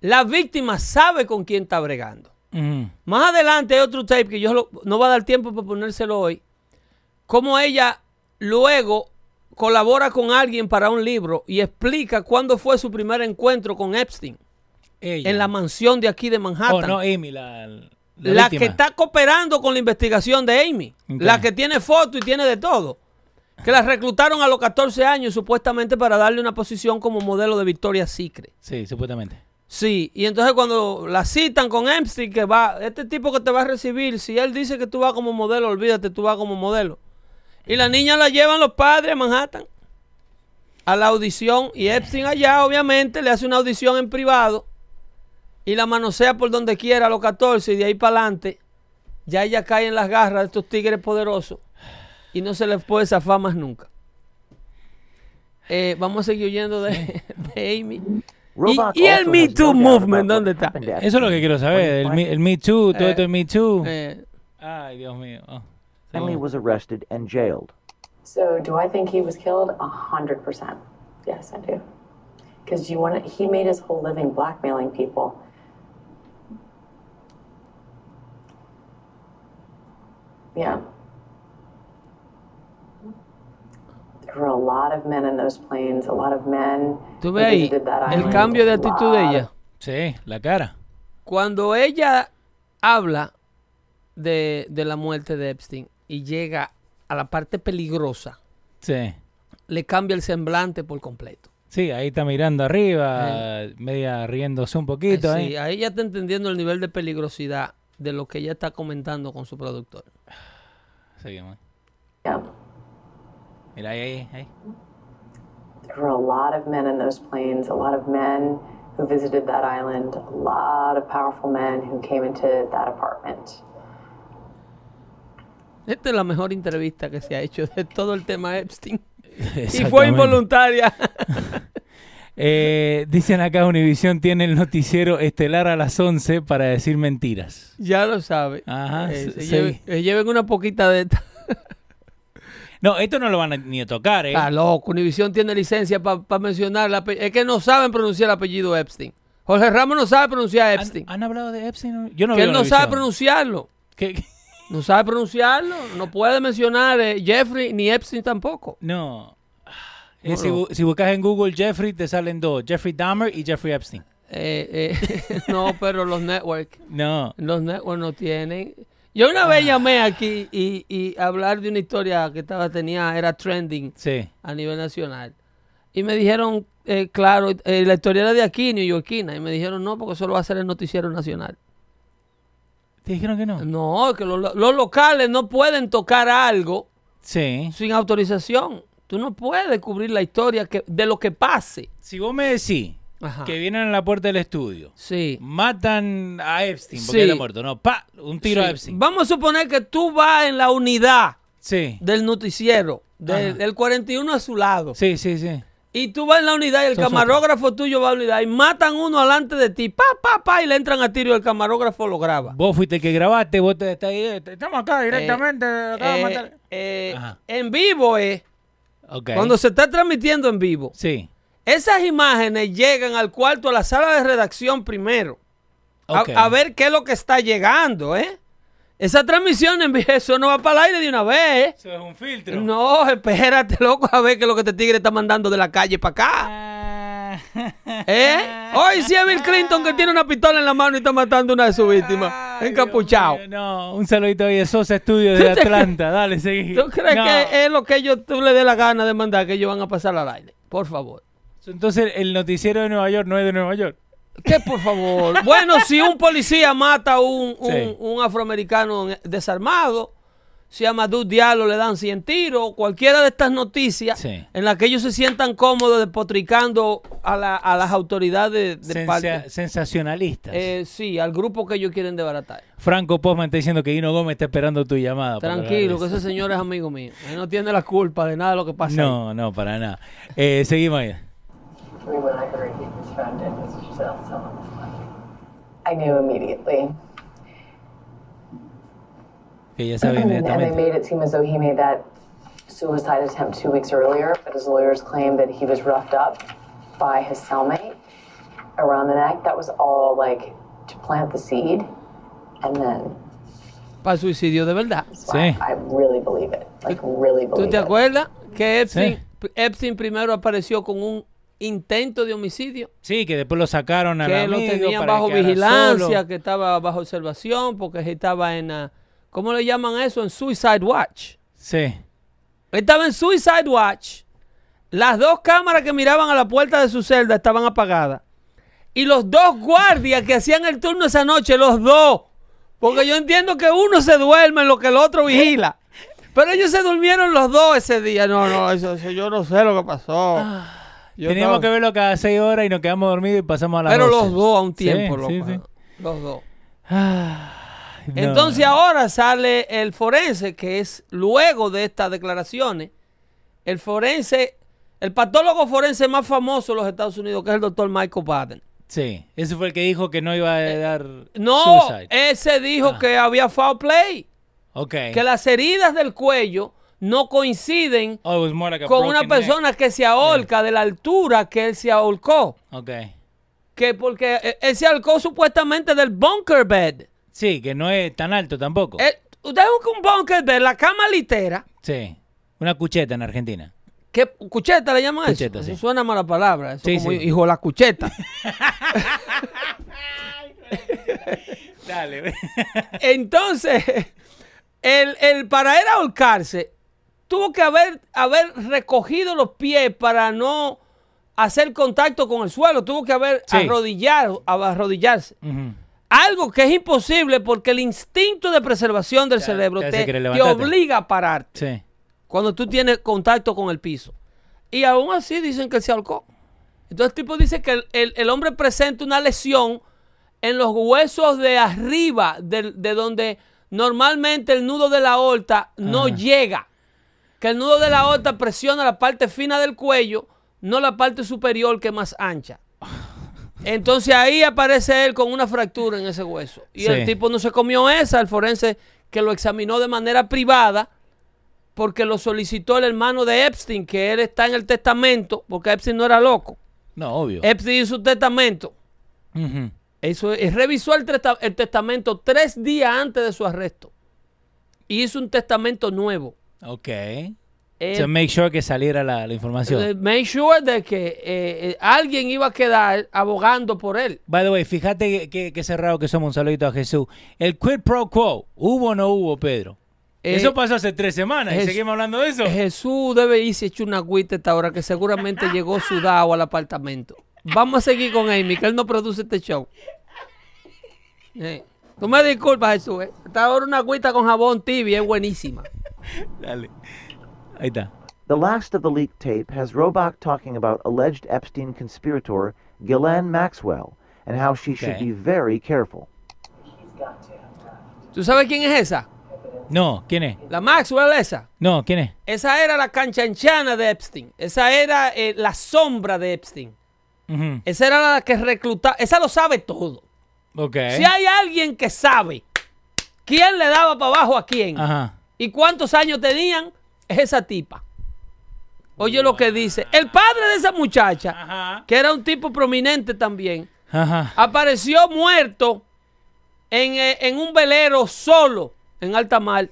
Speaker 2: la víctima sabe con quién está bregando.
Speaker 3: Ujú.
Speaker 2: Más adelante hay otro tape que yo lo- no va a dar tiempo para ponérselo hoy, cómo ella luego colabora con alguien para un libro y explica cuándo fue su primer encuentro con Epstein
Speaker 3: Ella.
Speaker 2: en la mansión de aquí de Manhattan.
Speaker 3: Oh, no, Amy, la. La,
Speaker 2: La
Speaker 3: víctima.
Speaker 2: que está cooperando con la investigación de Amy.
Speaker 3: Ok.
Speaker 2: La que tiene foto y tiene de todo. Que la reclutaron a los 14 años supuestamente para darle una posición como modelo de Victoria Secret.
Speaker 3: Sí, supuestamente.
Speaker 2: Sí, y entonces cuando la citan con Epstein, que va, este tipo que te va a recibir, si él dice que tú vas como modelo, olvídate, tú vas como modelo. Y la niña la llevan los padres a Manhattan a la audición. Y Epstein allá, obviamente, le hace una audición en privado y la manosea por donde quiera a los 14 y de ahí para adelante. ya ella cae en las garras de estos tigres poderosos y no se les puede zafar más nunca. Eh, vamos a seguir oyendo de, de Amy.
Speaker 6: Roebuck
Speaker 2: Y, y el
Speaker 6: also
Speaker 2: Me
Speaker 6: has no
Speaker 2: Too
Speaker 6: doubt
Speaker 2: Movement,
Speaker 6: about
Speaker 2: ¿dónde
Speaker 6: what
Speaker 2: está?
Speaker 6: happened at
Speaker 3: Eso es lo que quiero saber, el, Me- el Me Too, todo
Speaker 2: Eh.
Speaker 3: esto es Me Too.
Speaker 2: Eh,
Speaker 3: Ay, Dios mío. Oh,
Speaker 6: Stanley
Speaker 3: seguimos.
Speaker 6: was arrested and jailed.
Speaker 4: So, do I think he was killed? A hundred percent. Yes, I do. Because you want to, he made his whole living blackmailing people. Yeah. There were a lot of men in those planes, a lot of men.
Speaker 2: tú
Speaker 4: who
Speaker 2: ves ahí
Speaker 4: visited that
Speaker 2: el
Speaker 4: island,
Speaker 2: cambio de
Speaker 4: a
Speaker 2: actitud de
Speaker 4: lot
Speaker 2: ella.
Speaker 3: Sí, la cara.
Speaker 2: Cuando ella habla de, de la muerte de Epstein y llega a la parte peligrosa,
Speaker 3: Sí.
Speaker 2: le cambia el semblante por completo.
Speaker 3: Sí, ahí está mirando arriba, media riéndose un poquito.
Speaker 2: Ay, sí,
Speaker 3: ¿eh?
Speaker 2: ahí ya está entendiendo el nivel de peligrosidad de lo que ella está comentando con su productor. ah.
Speaker 3: Seguimos.
Speaker 4: Yeah.
Speaker 3: Mira, ahí, ahí, ahí.
Speaker 4: There were a lot of men in those planes, a lot of men who visited that island, a lot of powerful men who came into that apartment.
Speaker 2: Esta es la mejor entrevista que se ha hecho de todo el tema Epstein. Y fue
Speaker 3: Exactamente.
Speaker 2: involuntaria.
Speaker 3: Eh, dicen acá, Univisión tiene el noticiero estelar a las 11 para decir mentiras.
Speaker 2: ya lo sabe.
Speaker 3: Ajá,
Speaker 2: Eh, se
Speaker 3: sí.
Speaker 2: lleven, eh, lleven una poquita de esta.
Speaker 3: No, esto no lo van a ni a tocar, ¿eh?
Speaker 2: Está loco. Univision tiene licencia para mencionar. la ape- Es que no saben pronunciar el apellido Epstein. Jorge Ramos no sabe pronunciar
Speaker 3: ¿Han-
Speaker 2: Epstein.
Speaker 3: ¿Han, hablado de Epstein? Yo Ah, no
Speaker 2: que
Speaker 3: veo
Speaker 2: él no sabe
Speaker 3: Univisión.
Speaker 2: pronunciarlo.
Speaker 3: ¿Qué- qué?
Speaker 2: No sabe pronunciarlo. No puede mencionar eh, Jeffrey ni Epstein tampoco.
Speaker 3: No. Eh,
Speaker 2: No,
Speaker 3: si,
Speaker 2: Ah, no.
Speaker 3: bu- si buscas en Google Jeffrey, te salen dos: Jeffrey Dahmer y Jeffrey Epstein.
Speaker 2: Eh, eh, no, pero los networks.
Speaker 3: No.
Speaker 2: Los networks no tienen. Yo una
Speaker 3: Ah.
Speaker 2: vez llamé aquí y, y hablar de una historia que estaba tenía era trending
Speaker 3: Sí.
Speaker 2: a nivel nacional. Y me dijeron, eh, claro, eh, la historia era de aquí, neoyorquina. Y me dijeron, no, porque eso lo va a hacer el noticiero nacional.
Speaker 3: ¿Te dijeron que no?
Speaker 2: No, que lo- lo- los locales no pueden tocar algo
Speaker 3: Sí.
Speaker 2: sin autorización. Tú no puedes cubrir la historia que, de lo que pase.
Speaker 3: Si vos me decís
Speaker 2: Ajá.
Speaker 3: que vienen a la puerta del estudio,
Speaker 2: Sí.
Speaker 3: matan a Epstein porque
Speaker 2: Sí.
Speaker 3: él está muerto. No, pa, un tiro
Speaker 2: Sí.
Speaker 3: a Epstein.
Speaker 2: Vamos a suponer que tú vas en la unidad
Speaker 3: Sí.
Speaker 2: del noticiero, del,
Speaker 3: Ajá.
Speaker 2: del 41 a su lado.
Speaker 3: Sí, sí, sí.
Speaker 2: Y tú vas en la unidad y el camarógrafo tuyo va a la unidad y matan uno alante de ti, pa, pa, pa, y le entran a tiro y el camarógrafo lo graba.
Speaker 3: Vos fuiste el que grabaste, vos te estás ahí. eh, Estamos acá directamente. acaba de
Speaker 2: Eh,
Speaker 3: matar.
Speaker 2: eh,
Speaker 3: Ajá.
Speaker 2: en vivo es,
Speaker 3: Ok.
Speaker 2: cuando se está transmitiendo en vivo,
Speaker 3: Sí.
Speaker 2: esas imágenes llegan al cuarto, a la sala de redacción primero, a-
Speaker 3: Ok.
Speaker 2: a, ver qué es lo que está llegando, ¿eh? Esa transmisión en vivo, eso no va para el aire de una vez, ¿eh?
Speaker 3: Eso es un filtro.
Speaker 2: No, espérate, loco, a ver qué es lo que este tigre está mandando de la calle para acá. ¿Eh? Hoy sí es Bill Clinton que tiene una pistola en la mano y está matando a una de sus víctimas.
Speaker 3: Ay,
Speaker 2: Encapuchado.
Speaker 3: Dios mío, No, un saludito a Sosa Estudio de
Speaker 2: te-
Speaker 3: Atlanta. Dale, seguí.
Speaker 2: ¿Tú crees
Speaker 3: No.
Speaker 2: que es lo que ellos tú le dé la gana de mandar que ellos van a pasar al aire? Por favor.
Speaker 3: Entonces, el noticiero de Nueva York no es de Nueva York.
Speaker 2: ¿Qué por favor? bueno, si un policía mata a un, un-
Speaker 3: Sí.
Speaker 2: un afroamericano en- desarmado, si a Maduro Diallo le dan 100 tiros, cualquiera de estas noticias
Speaker 3: Sí.
Speaker 2: en las que ellos se sientan cómodos despotricando a, la- a las autoridades de
Speaker 3: Sensa-
Speaker 2: parte.
Speaker 3: sensacionalistas.
Speaker 2: Eh, sí, al grupo que ellos quieren desbaratar.
Speaker 3: Franco Postman está diciendo que Dino Gómez está esperando tu llamada. para
Speaker 2: Tranquilo,
Speaker 3: hablar
Speaker 2: que
Speaker 3: de
Speaker 2: ese señor es amigo mío. Él no tiene la culpa de nada de lo que
Speaker 3: eso.
Speaker 2: pasa. ahí.
Speaker 3: No, no, para nada. Eh, seguimos ahí.
Speaker 8: I mean, when I heard he was found dead, Mr. Giselle, someone was like,
Speaker 4: I knew immediately.
Speaker 3: Que ya saben
Speaker 4: And they
Speaker 3: directamente.
Speaker 4: made it seem as though he made that suicide attempt two weeks earlier, but his lawyers claimed that he was roughed up by his cellmate around the neck. That was all like to plant the seed. And then
Speaker 2: Para el suicidio de verdad.
Speaker 4: so
Speaker 3: Sí.
Speaker 4: I, I really believe it. Like, really
Speaker 2: ¿Tú
Speaker 4: believe
Speaker 2: te
Speaker 4: it.
Speaker 2: acuerdas que Epstein,
Speaker 3: Sí.
Speaker 2: Epstein primero apareció con un intento de homicidio?
Speaker 3: Sí, que después lo sacaron al
Speaker 2: Que lo
Speaker 3: amigo
Speaker 2: tenían
Speaker 3: para
Speaker 2: bajo
Speaker 3: que quedara
Speaker 2: vigilancia,
Speaker 3: solo.
Speaker 2: que estaba bajo observación, porque estaba en. ah, ¿Cómo le llaman eso? En Suicide Watch.
Speaker 3: Sí.
Speaker 2: Estaba en Suicide Watch. Las dos cámaras que miraban a la puerta de su celda estaban apagadas. Y los dos guardias que hacían el turno esa noche, los dos. Porque yo entiendo que uno se duerme en lo que el otro vigila. Pero ellos se durmieron los dos ese día. No, no, eso, eso yo no sé lo que pasó. Yo
Speaker 3: Teníamos
Speaker 2: no-
Speaker 3: que verlo cada seis horas y nos quedamos dormidos y pasamos a la
Speaker 2: Pero los dos a un tiempo,
Speaker 3: Sí, sí,
Speaker 2: loco.
Speaker 3: sí.
Speaker 2: Los dos.
Speaker 3: No.
Speaker 2: Entonces ahora sale el forense, que es luego de estas declaraciones, el forense, el patólogo forense más famoso de los Estados Unidos, que es el doctor Michael Baden.
Speaker 3: Sí, ese fue el que dijo que no iba a dar
Speaker 2: Eh, No, eh,
Speaker 3: suicide.
Speaker 2: ese dijo
Speaker 3: Ah.
Speaker 2: que había foul play,
Speaker 3: ok.
Speaker 2: que las heridas del cuello no coinciden
Speaker 3: Oh, it was more like a
Speaker 2: con una
Speaker 3: broken neck.
Speaker 2: persona que se ahorca de la altura que él se ahorcó.
Speaker 3: Ok.
Speaker 2: Que porque eh, él se ahorcó supuestamente del bunker bed.
Speaker 3: Sí, que no es tan alto tampoco.
Speaker 2: Eh, usted es un- un bunker bed, la cama litera.
Speaker 3: Sí. Una cucheta en Argentina.
Speaker 2: ¿Qué? ¿Cucheta le llaman
Speaker 3: Cucheta,
Speaker 2: eso?
Speaker 3: sí.
Speaker 2: Eso suena mala palabra. Eso
Speaker 3: Sí,
Speaker 2: como
Speaker 3: sí.
Speaker 2: hijo de la cucheta.
Speaker 3: Dale.
Speaker 2: Entonces, el, el- para él ahorcarse, tuvo que haber, haber recogido los pies para no hacer contacto con el suelo. Tuvo que haber
Speaker 3: Sí.
Speaker 2: arrodillar, arrodillarse. Algo que es imposible porque el instinto de preservación del cerebro
Speaker 3: te hace
Speaker 2: te,
Speaker 3: querer
Speaker 2: te
Speaker 3: levantarte.
Speaker 2: obliga a pararte
Speaker 3: Sí.
Speaker 2: cuando tú tienes contacto con el piso. Y aún así dicen que él se ahorcó. Entonces el tipo dice que el, el- el hombre presenta una lesión en los huesos de arriba, del- de, donde normalmente el nudo de la aorta no llega. Que el nudo de la aorta presiona la parte fina del cuello, no la parte superior que es más ancha. Entonces ahí aparece él con una fractura en ese hueso. Y
Speaker 3: Sí.
Speaker 2: el tipo no se comió esa, el forense que lo examinó de manera privada porque lo solicitó el hermano de Epstein, que él está en el testamento, porque Epstein no era loco.
Speaker 3: No, obvio.
Speaker 2: Epstein hizo un testamento.
Speaker 3: Ujú.
Speaker 2: Eso es, revisó el, tresta- el testamento tres días antes de su arresto. Y hizo un testamento nuevo.
Speaker 3: Ok.
Speaker 2: Eh. Él-
Speaker 3: So make sure que saliera la, la información.
Speaker 2: eh, made sure de que eh, eh, alguien iba a quedar abogando por él.
Speaker 3: By the way, fíjate que, que- que cerrado que somos un saludito a Jesús. El quid pro quo, ¿hubo o no hubo, Pedro?
Speaker 2: Eh,
Speaker 3: eso pasó hace tres semanas y
Speaker 2: Jes-
Speaker 3: seguimos hablando de eso.
Speaker 2: Jesús debe irse hecho una agüita a esta hora que seguramente llegó sudado al apartamento. Vamos a seguir con Amy, que él no produce este show. Eh, Tú me disculpas, Jesús. eh. Esta hora una agüita con jabón tibia es buenísima.
Speaker 3: Dale. Ahí está.
Speaker 6: The last of the leaked tape has Robach talking about alleged Epstein conspirator Ghislaine Maxwell and how she should
Speaker 3: Okay.
Speaker 6: be very careful.
Speaker 8: He's got to have left.
Speaker 2: ¿Tú sabes quién es esa?
Speaker 3: No, ¿quién es?
Speaker 2: La Maxwell esa.
Speaker 3: No, ¿quién es?
Speaker 2: Esa era la canchanchana de Epstein. Esa era eh, la sombra de Epstein.
Speaker 3: Ujú.
Speaker 2: Esa era la que reclutaba. Esa lo sabe todo.
Speaker 3: Ok.
Speaker 2: Si hay alguien que sabe quién le daba para abajo a quién.
Speaker 3: Ajá.
Speaker 2: ¿Y cuántos años tenían? Es esa tipa. Oye lo que dice. El padre de esa muchacha, que era un tipo prominente también,
Speaker 3: Ajá.
Speaker 2: apareció muerto en, eh, en un velero solo en alta mar.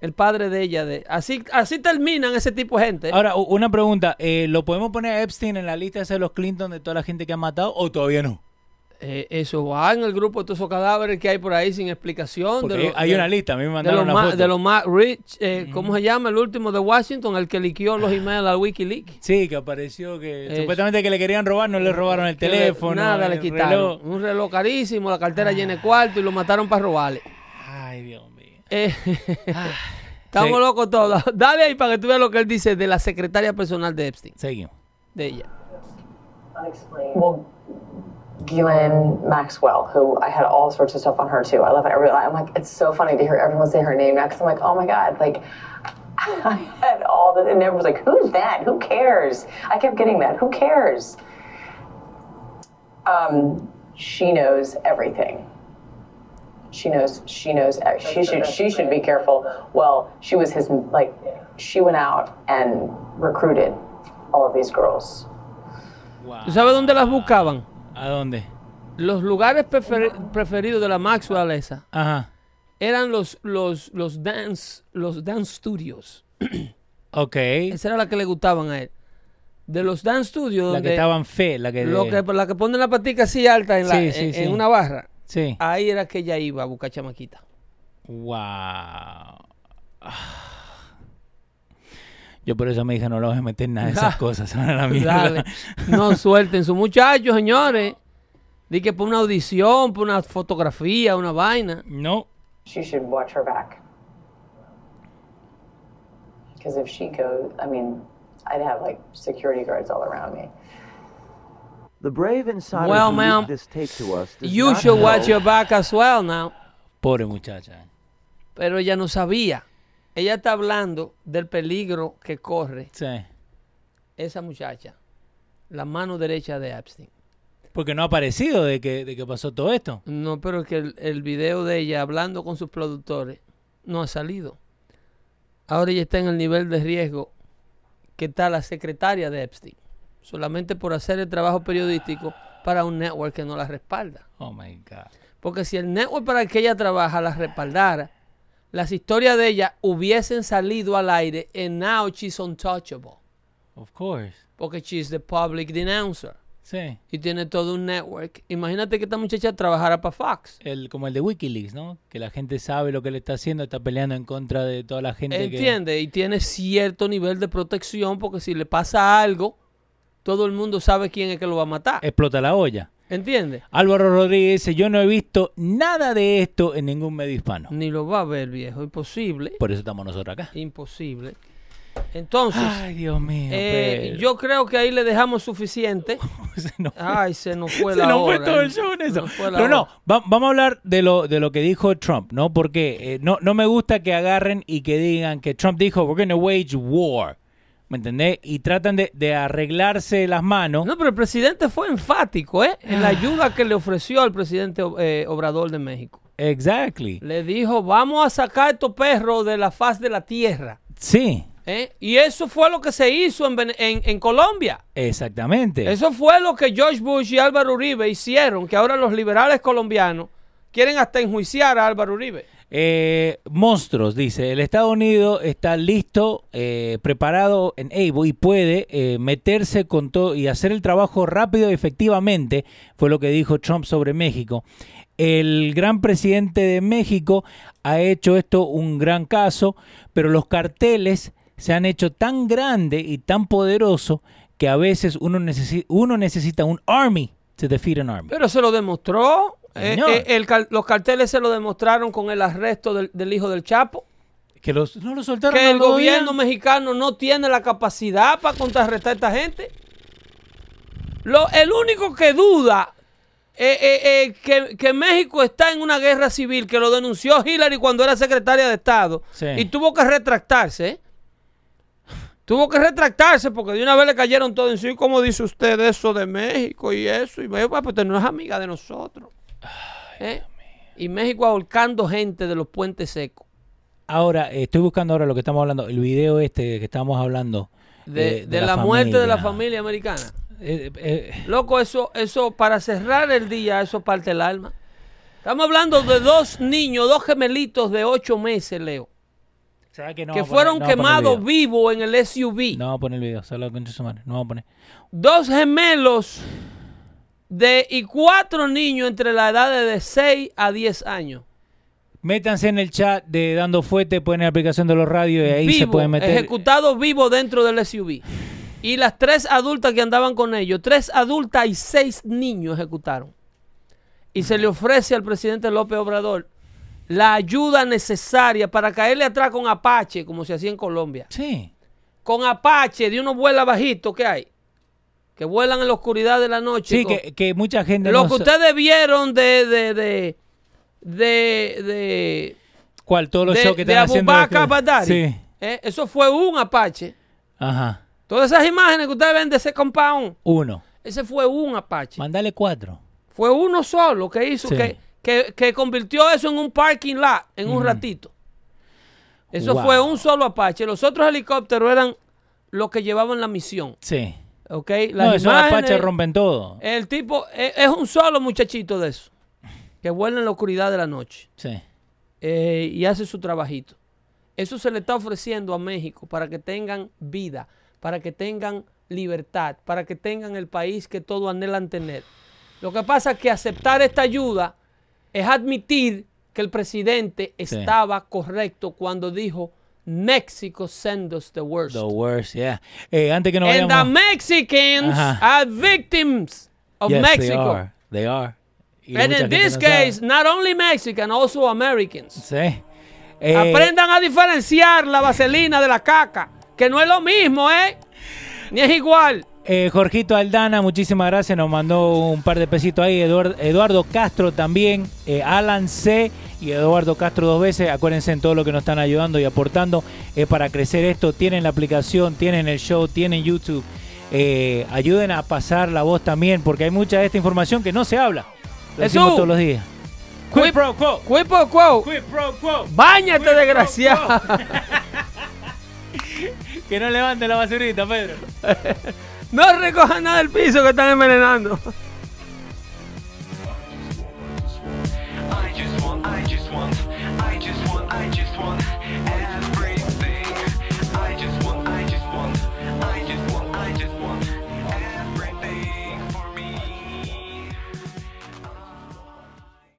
Speaker 2: El padre de ella. De, así, así terminan ese tipo de gente.
Speaker 3: Ahora, u- una pregunta. eh, ¿Lo podemos poner a Epstein en la lista esa de los Clinton de toda la gente que ha matado o todavía no?
Speaker 2: Eh, eso va en el grupo de todos esos cadáveres que hay por ahí sin explicación.
Speaker 3: Porque
Speaker 2: de lo-
Speaker 3: hay
Speaker 2: de-
Speaker 3: una lista, a mí me
Speaker 2: De
Speaker 3: mandaron
Speaker 2: los
Speaker 3: una
Speaker 2: más,
Speaker 3: foto.
Speaker 2: de los más rich, eh, ¿cómo se llama? El último de Washington, el que liquió
Speaker 3: Ah.
Speaker 2: los emails a Wikileaks.
Speaker 3: Sí, que apareció que
Speaker 2: Eso.
Speaker 3: supuestamente que le querían robar, no le robaron el
Speaker 2: que le-
Speaker 3: teléfono.
Speaker 2: Nada, le
Speaker 3: el
Speaker 2: quitaron.
Speaker 3: reloj. Ah.
Speaker 2: Un reloj carísimo, la cartera llena de cuarto y lo mataron para robarle.
Speaker 3: Ay, Dios mío.
Speaker 2: Eh, estamos
Speaker 3: Sí.
Speaker 2: locos todos. Dale ahí para que tú veas lo que él dice de la secretaria personal de Epstein,
Speaker 3: Seguimos.
Speaker 2: de ella.
Speaker 8: Unexplained.
Speaker 4: Well, Ghislaine Maxwell, who I had all sorts of stuff on her too. I love it. I really, I'm like, it's so funny to hear everyone say her name now because I'm like, oh my God, like, I had all that, and everyone's like, who's that? Who cares? I kept getting that. Who cares? Um, she knows everything. She knows. She knows. uh, She should. She should be careful. Well, she was his. Like, she went out and recruited all of these girls.
Speaker 2: ¿Tú sabes dónde las buscaban?
Speaker 3: ¿A dónde?
Speaker 2: Los lugares prefer- preferidos de la Maxwell esa
Speaker 3: Ajá.
Speaker 2: eran los, los, los dance, los dance studios.
Speaker 3: Ok.
Speaker 2: Esa era la que le gustaban a él. De los dance studios,
Speaker 3: La que
Speaker 2: donde
Speaker 3: estaba en fe, la que...
Speaker 2: lo que, la que ponen la patica así alta en, la-
Speaker 3: Sí, sí,
Speaker 2: en-
Speaker 3: sí.
Speaker 2: en una barra.
Speaker 3: Sí.
Speaker 2: Ahí era que ella iba a buscar chamaquita.
Speaker 3: Wow. Yo por eso me dije, no lo voy a meter en nada de esas cosas. Son a la mierda.
Speaker 2: Dale. No suelten sus muchachos, señores. Di que por una audición, por una fotografía, una vaina.
Speaker 3: No.
Speaker 4: she should watch her back. Because if she goes, I mean, I'd have like security guards all around me.
Speaker 6: The brave insider
Speaker 2: Well,
Speaker 6: who
Speaker 2: ma'am,
Speaker 6: leaked this tape to us does
Speaker 2: You
Speaker 6: not
Speaker 2: should
Speaker 6: know
Speaker 2: watch your back as well now.
Speaker 3: Pobre muchacha.
Speaker 2: Pero ella no sabía. Ella está hablando del peligro que corre
Speaker 3: Sí.
Speaker 2: esa muchacha, la mano derecha de Epstein.
Speaker 3: Porque no ha aparecido de que, de que pasó todo esto.
Speaker 2: No, pero es que el, el video de ella hablando con sus productores no ha salido. Ahora ella está en el nivel de riesgo que está la secretaria de Epstein, solamente por hacer el trabajo periodístico para un network que no la respalda.
Speaker 3: Oh my God.
Speaker 2: Porque si el network para el que ella trabaja la respaldara, las historias de ella hubiesen salido al aire and now she's untouchable.
Speaker 3: Of course.
Speaker 2: Porque she's the public denouncer.
Speaker 3: Sí.
Speaker 2: Y tiene todo un network. Imagínate que esta muchacha trabajara para Fox.
Speaker 3: El, como el de Wikileaks, ¿no? Que la gente sabe lo que le está haciendo, está peleando en contra de toda la gente que-
Speaker 2: Entiende, y tiene cierto nivel de protección porque si le pasa algo, todo el mundo sabe quién es que lo va a matar.
Speaker 3: explota la olla.
Speaker 2: ¿Entiende?
Speaker 3: Álvaro Rodríguez dice, yo no he visto nada de esto en ningún medio hispano.
Speaker 2: Ni lo va a ver, viejo. Imposible.
Speaker 3: Por eso estamos nosotros acá.
Speaker 2: Imposible. Entonces,
Speaker 3: Ay, Dios mío.
Speaker 2: eh,
Speaker 3: Pedro.
Speaker 2: yo creo que ahí le dejamos suficiente.
Speaker 3: Se nos fue-
Speaker 2: Ay, se nos fue
Speaker 3: se
Speaker 2: la
Speaker 3: nos fue
Speaker 2: hora,
Speaker 3: todo el
Speaker 2: ¿eh?
Speaker 3: show en
Speaker 2: Se
Speaker 3: eso.
Speaker 2: nos fue la
Speaker 3: Pero no,
Speaker 2: hora.
Speaker 3: va- vamos a hablar de lo, de lo que dijo Trump, ¿no? Porque eh, no, no me gusta que agarren y que digan que Trump dijo, we're going to wage war. ¿Me entendés? Y tratan de, de arreglarse las manos.
Speaker 2: No, pero el presidente fue enfático, ¿eh? En
Speaker 3: Ah.
Speaker 2: la ayuda que le ofreció al presidente eh, Obrador de México.
Speaker 3: Exactly.
Speaker 2: Le dijo, vamos a sacar estos perros de la faz de la tierra.
Speaker 3: Sí,
Speaker 2: ¿eh? Y eso fue lo que se hizo en, Vene- en- en Colombia.
Speaker 3: exactamente.
Speaker 2: Eso fue lo que George Bush y Álvaro Uribe hicieron, que ahora los liberales colombianos quieren hasta enjuiciar a Álvaro Uribe.
Speaker 3: Eh, monstruos, dice. El Estados Unidos está listo, eh, preparado en able y puede eh, meterse con todo y hacer el trabajo rápido y efectivamente, fue lo que dijo Trump sobre México. El gran presidente de México ha hecho esto un gran caso, pero los carteles se han hecho tan grande y tan poderoso que a veces uno, necesi- uno necesita un army to defeat an army.
Speaker 2: Pero se lo demostró. eh,
Speaker 3: Señor.
Speaker 2: eh, el cal- los carteles se lo demostraron con el arresto del, del hijo del Chapo.
Speaker 3: Que los, no lo soltaron
Speaker 2: Que
Speaker 3: al
Speaker 2: el
Speaker 3: gobierno.
Speaker 2: gobierno mexicano no tiene la capacidad para contrarrestar a esta gente. Lo, el único que duda eh, eh, eh, que, que México está en una guerra civil, que lo denunció Hillary cuando era secretaria de Estado
Speaker 3: Sí.
Speaker 2: y tuvo que retractarse. ¿eh? Tuvo que retractarse porque de una vez le cayeron todo encima. ¿Cómo dice usted eso de México y eso? Y México, pues usted no es amiga de nosotros. ¿eh? Y México ahorcando gente de los puentes secos.
Speaker 3: Ahora, eh, estoy buscando ahora lo que estamos hablando, el video este de que estábamos hablando.
Speaker 2: de, de la, muerte de la familia americana.
Speaker 3: Eh, eh,
Speaker 2: Loco, eso, eso, para cerrar el día, eso parte el alma. Estamos hablando de dos niños, dos gemelitos de ocho meses, Leo,
Speaker 3: ¿sabes qué? No
Speaker 2: que
Speaker 3: vamos a
Speaker 2: fueron
Speaker 3: poner- no vamos a poner el
Speaker 2: quemados
Speaker 3: video.
Speaker 2: vivos en el SUV.
Speaker 3: No vamos a poner el video, solo con su madre. No vamos a poner.
Speaker 2: Dos gemelos de, y cuatro niños entre la edad de 6 a 10 años.
Speaker 3: Métanse en el chat de Dando Fuete, pueden la aplicación de los radios y ahí se
Speaker 2: Vivo,
Speaker 3: pueden meter.
Speaker 2: ejecutados vivos dentro del SUV. Y las tres adultas que andaban con ellos, tres adultas y seis niños ejecutaron. Y se le ofrece al presidente López Obrador la ayuda necesaria para caerle atrás con Apache, como se hacía en Colombia.
Speaker 3: Sí.
Speaker 2: Con Apache, de unos vuela bajitos que hay, que vuelan en la oscuridad de la noche.
Speaker 3: Sí,
Speaker 2: con-
Speaker 3: que, que mucha gente. no
Speaker 2: Lo que
Speaker 3: sa-
Speaker 2: ustedes vieron de, de, de, de, de,
Speaker 3: ¿Cuál? Todos los
Speaker 2: de-
Speaker 3: shows que
Speaker 2: de
Speaker 3: están haciendo. de-
Speaker 2: Abubakar Badari,
Speaker 3: Sí.
Speaker 2: ¿eh? eso fue un Apache.
Speaker 3: Ajá.
Speaker 2: Todas esas imágenes que ustedes ven de ese compound,
Speaker 3: Uno.
Speaker 2: ese fue un Apache.
Speaker 3: Mandale cuatro.
Speaker 2: Fue uno solo que hizo,
Speaker 3: Sí.
Speaker 2: que, que, que convirtió eso en un parking lot en un ratito. Eso
Speaker 3: Wow.
Speaker 2: fue un solo Apache. Los otros helicópteros eran los que llevaban la misión.
Speaker 3: Sí.
Speaker 2: ¿Ok?
Speaker 3: no,
Speaker 2: Las
Speaker 3: esos apaches
Speaker 2: imágenes,
Speaker 3: rompen todo.
Speaker 2: El tipo e- es, un solo muchachito de eso, que vuela en la oscuridad de la noche
Speaker 3: Sí.
Speaker 2: eh, y hace su trabajito. Eso se le está ofreciendo a México para que tengan vida, para que tengan libertad, para que tengan el país que todos anhelan tener. Lo que pasa es que aceptar esta ayuda es admitir que el presidente
Speaker 3: Sí.
Speaker 2: estaba correcto cuando dijo México send us the worst.
Speaker 3: The worst, yeah. Eh, antes que nos
Speaker 2: And the
Speaker 3: vayamos.
Speaker 2: Mexicans
Speaker 3: Ajá.
Speaker 2: are victims of
Speaker 3: Yes, They
Speaker 2: Mexico.
Speaker 3: are. They are. Y mucha
Speaker 2: And in
Speaker 3: gente
Speaker 2: this
Speaker 3: no sabe.
Speaker 2: case, not only Mexican, also Americans.
Speaker 3: Sí. Eh,
Speaker 2: Aprendan a diferenciar la vaselina de la caca, que no es lo mismo, ¿eh? Ni es igual.
Speaker 3: Eh, Jorgito Aldana, muchísimas gracias. Nos mandó un par de pesitos ahí. Eduard- Eduardo Castro también. eh, Alan C. y Eduardo Castro dos veces. Acuérdense en todo lo que nos están ayudando y aportando eh, para crecer esto. Tienen la aplicación, tienen el show, tienen YouTube. Eh, ayuden a pasar la voz también, porque hay mucha de esta información que no se habla. Lo
Speaker 2: Jesús.
Speaker 3: decimos todos los días. Quid pro quo.
Speaker 2: Cuipo, cuau.
Speaker 3: Quid pro quo.
Speaker 2: Báñate, desgraciado.
Speaker 3: Que no levante la basurita, Pedro.
Speaker 2: No recojan nada del piso que están envenenando.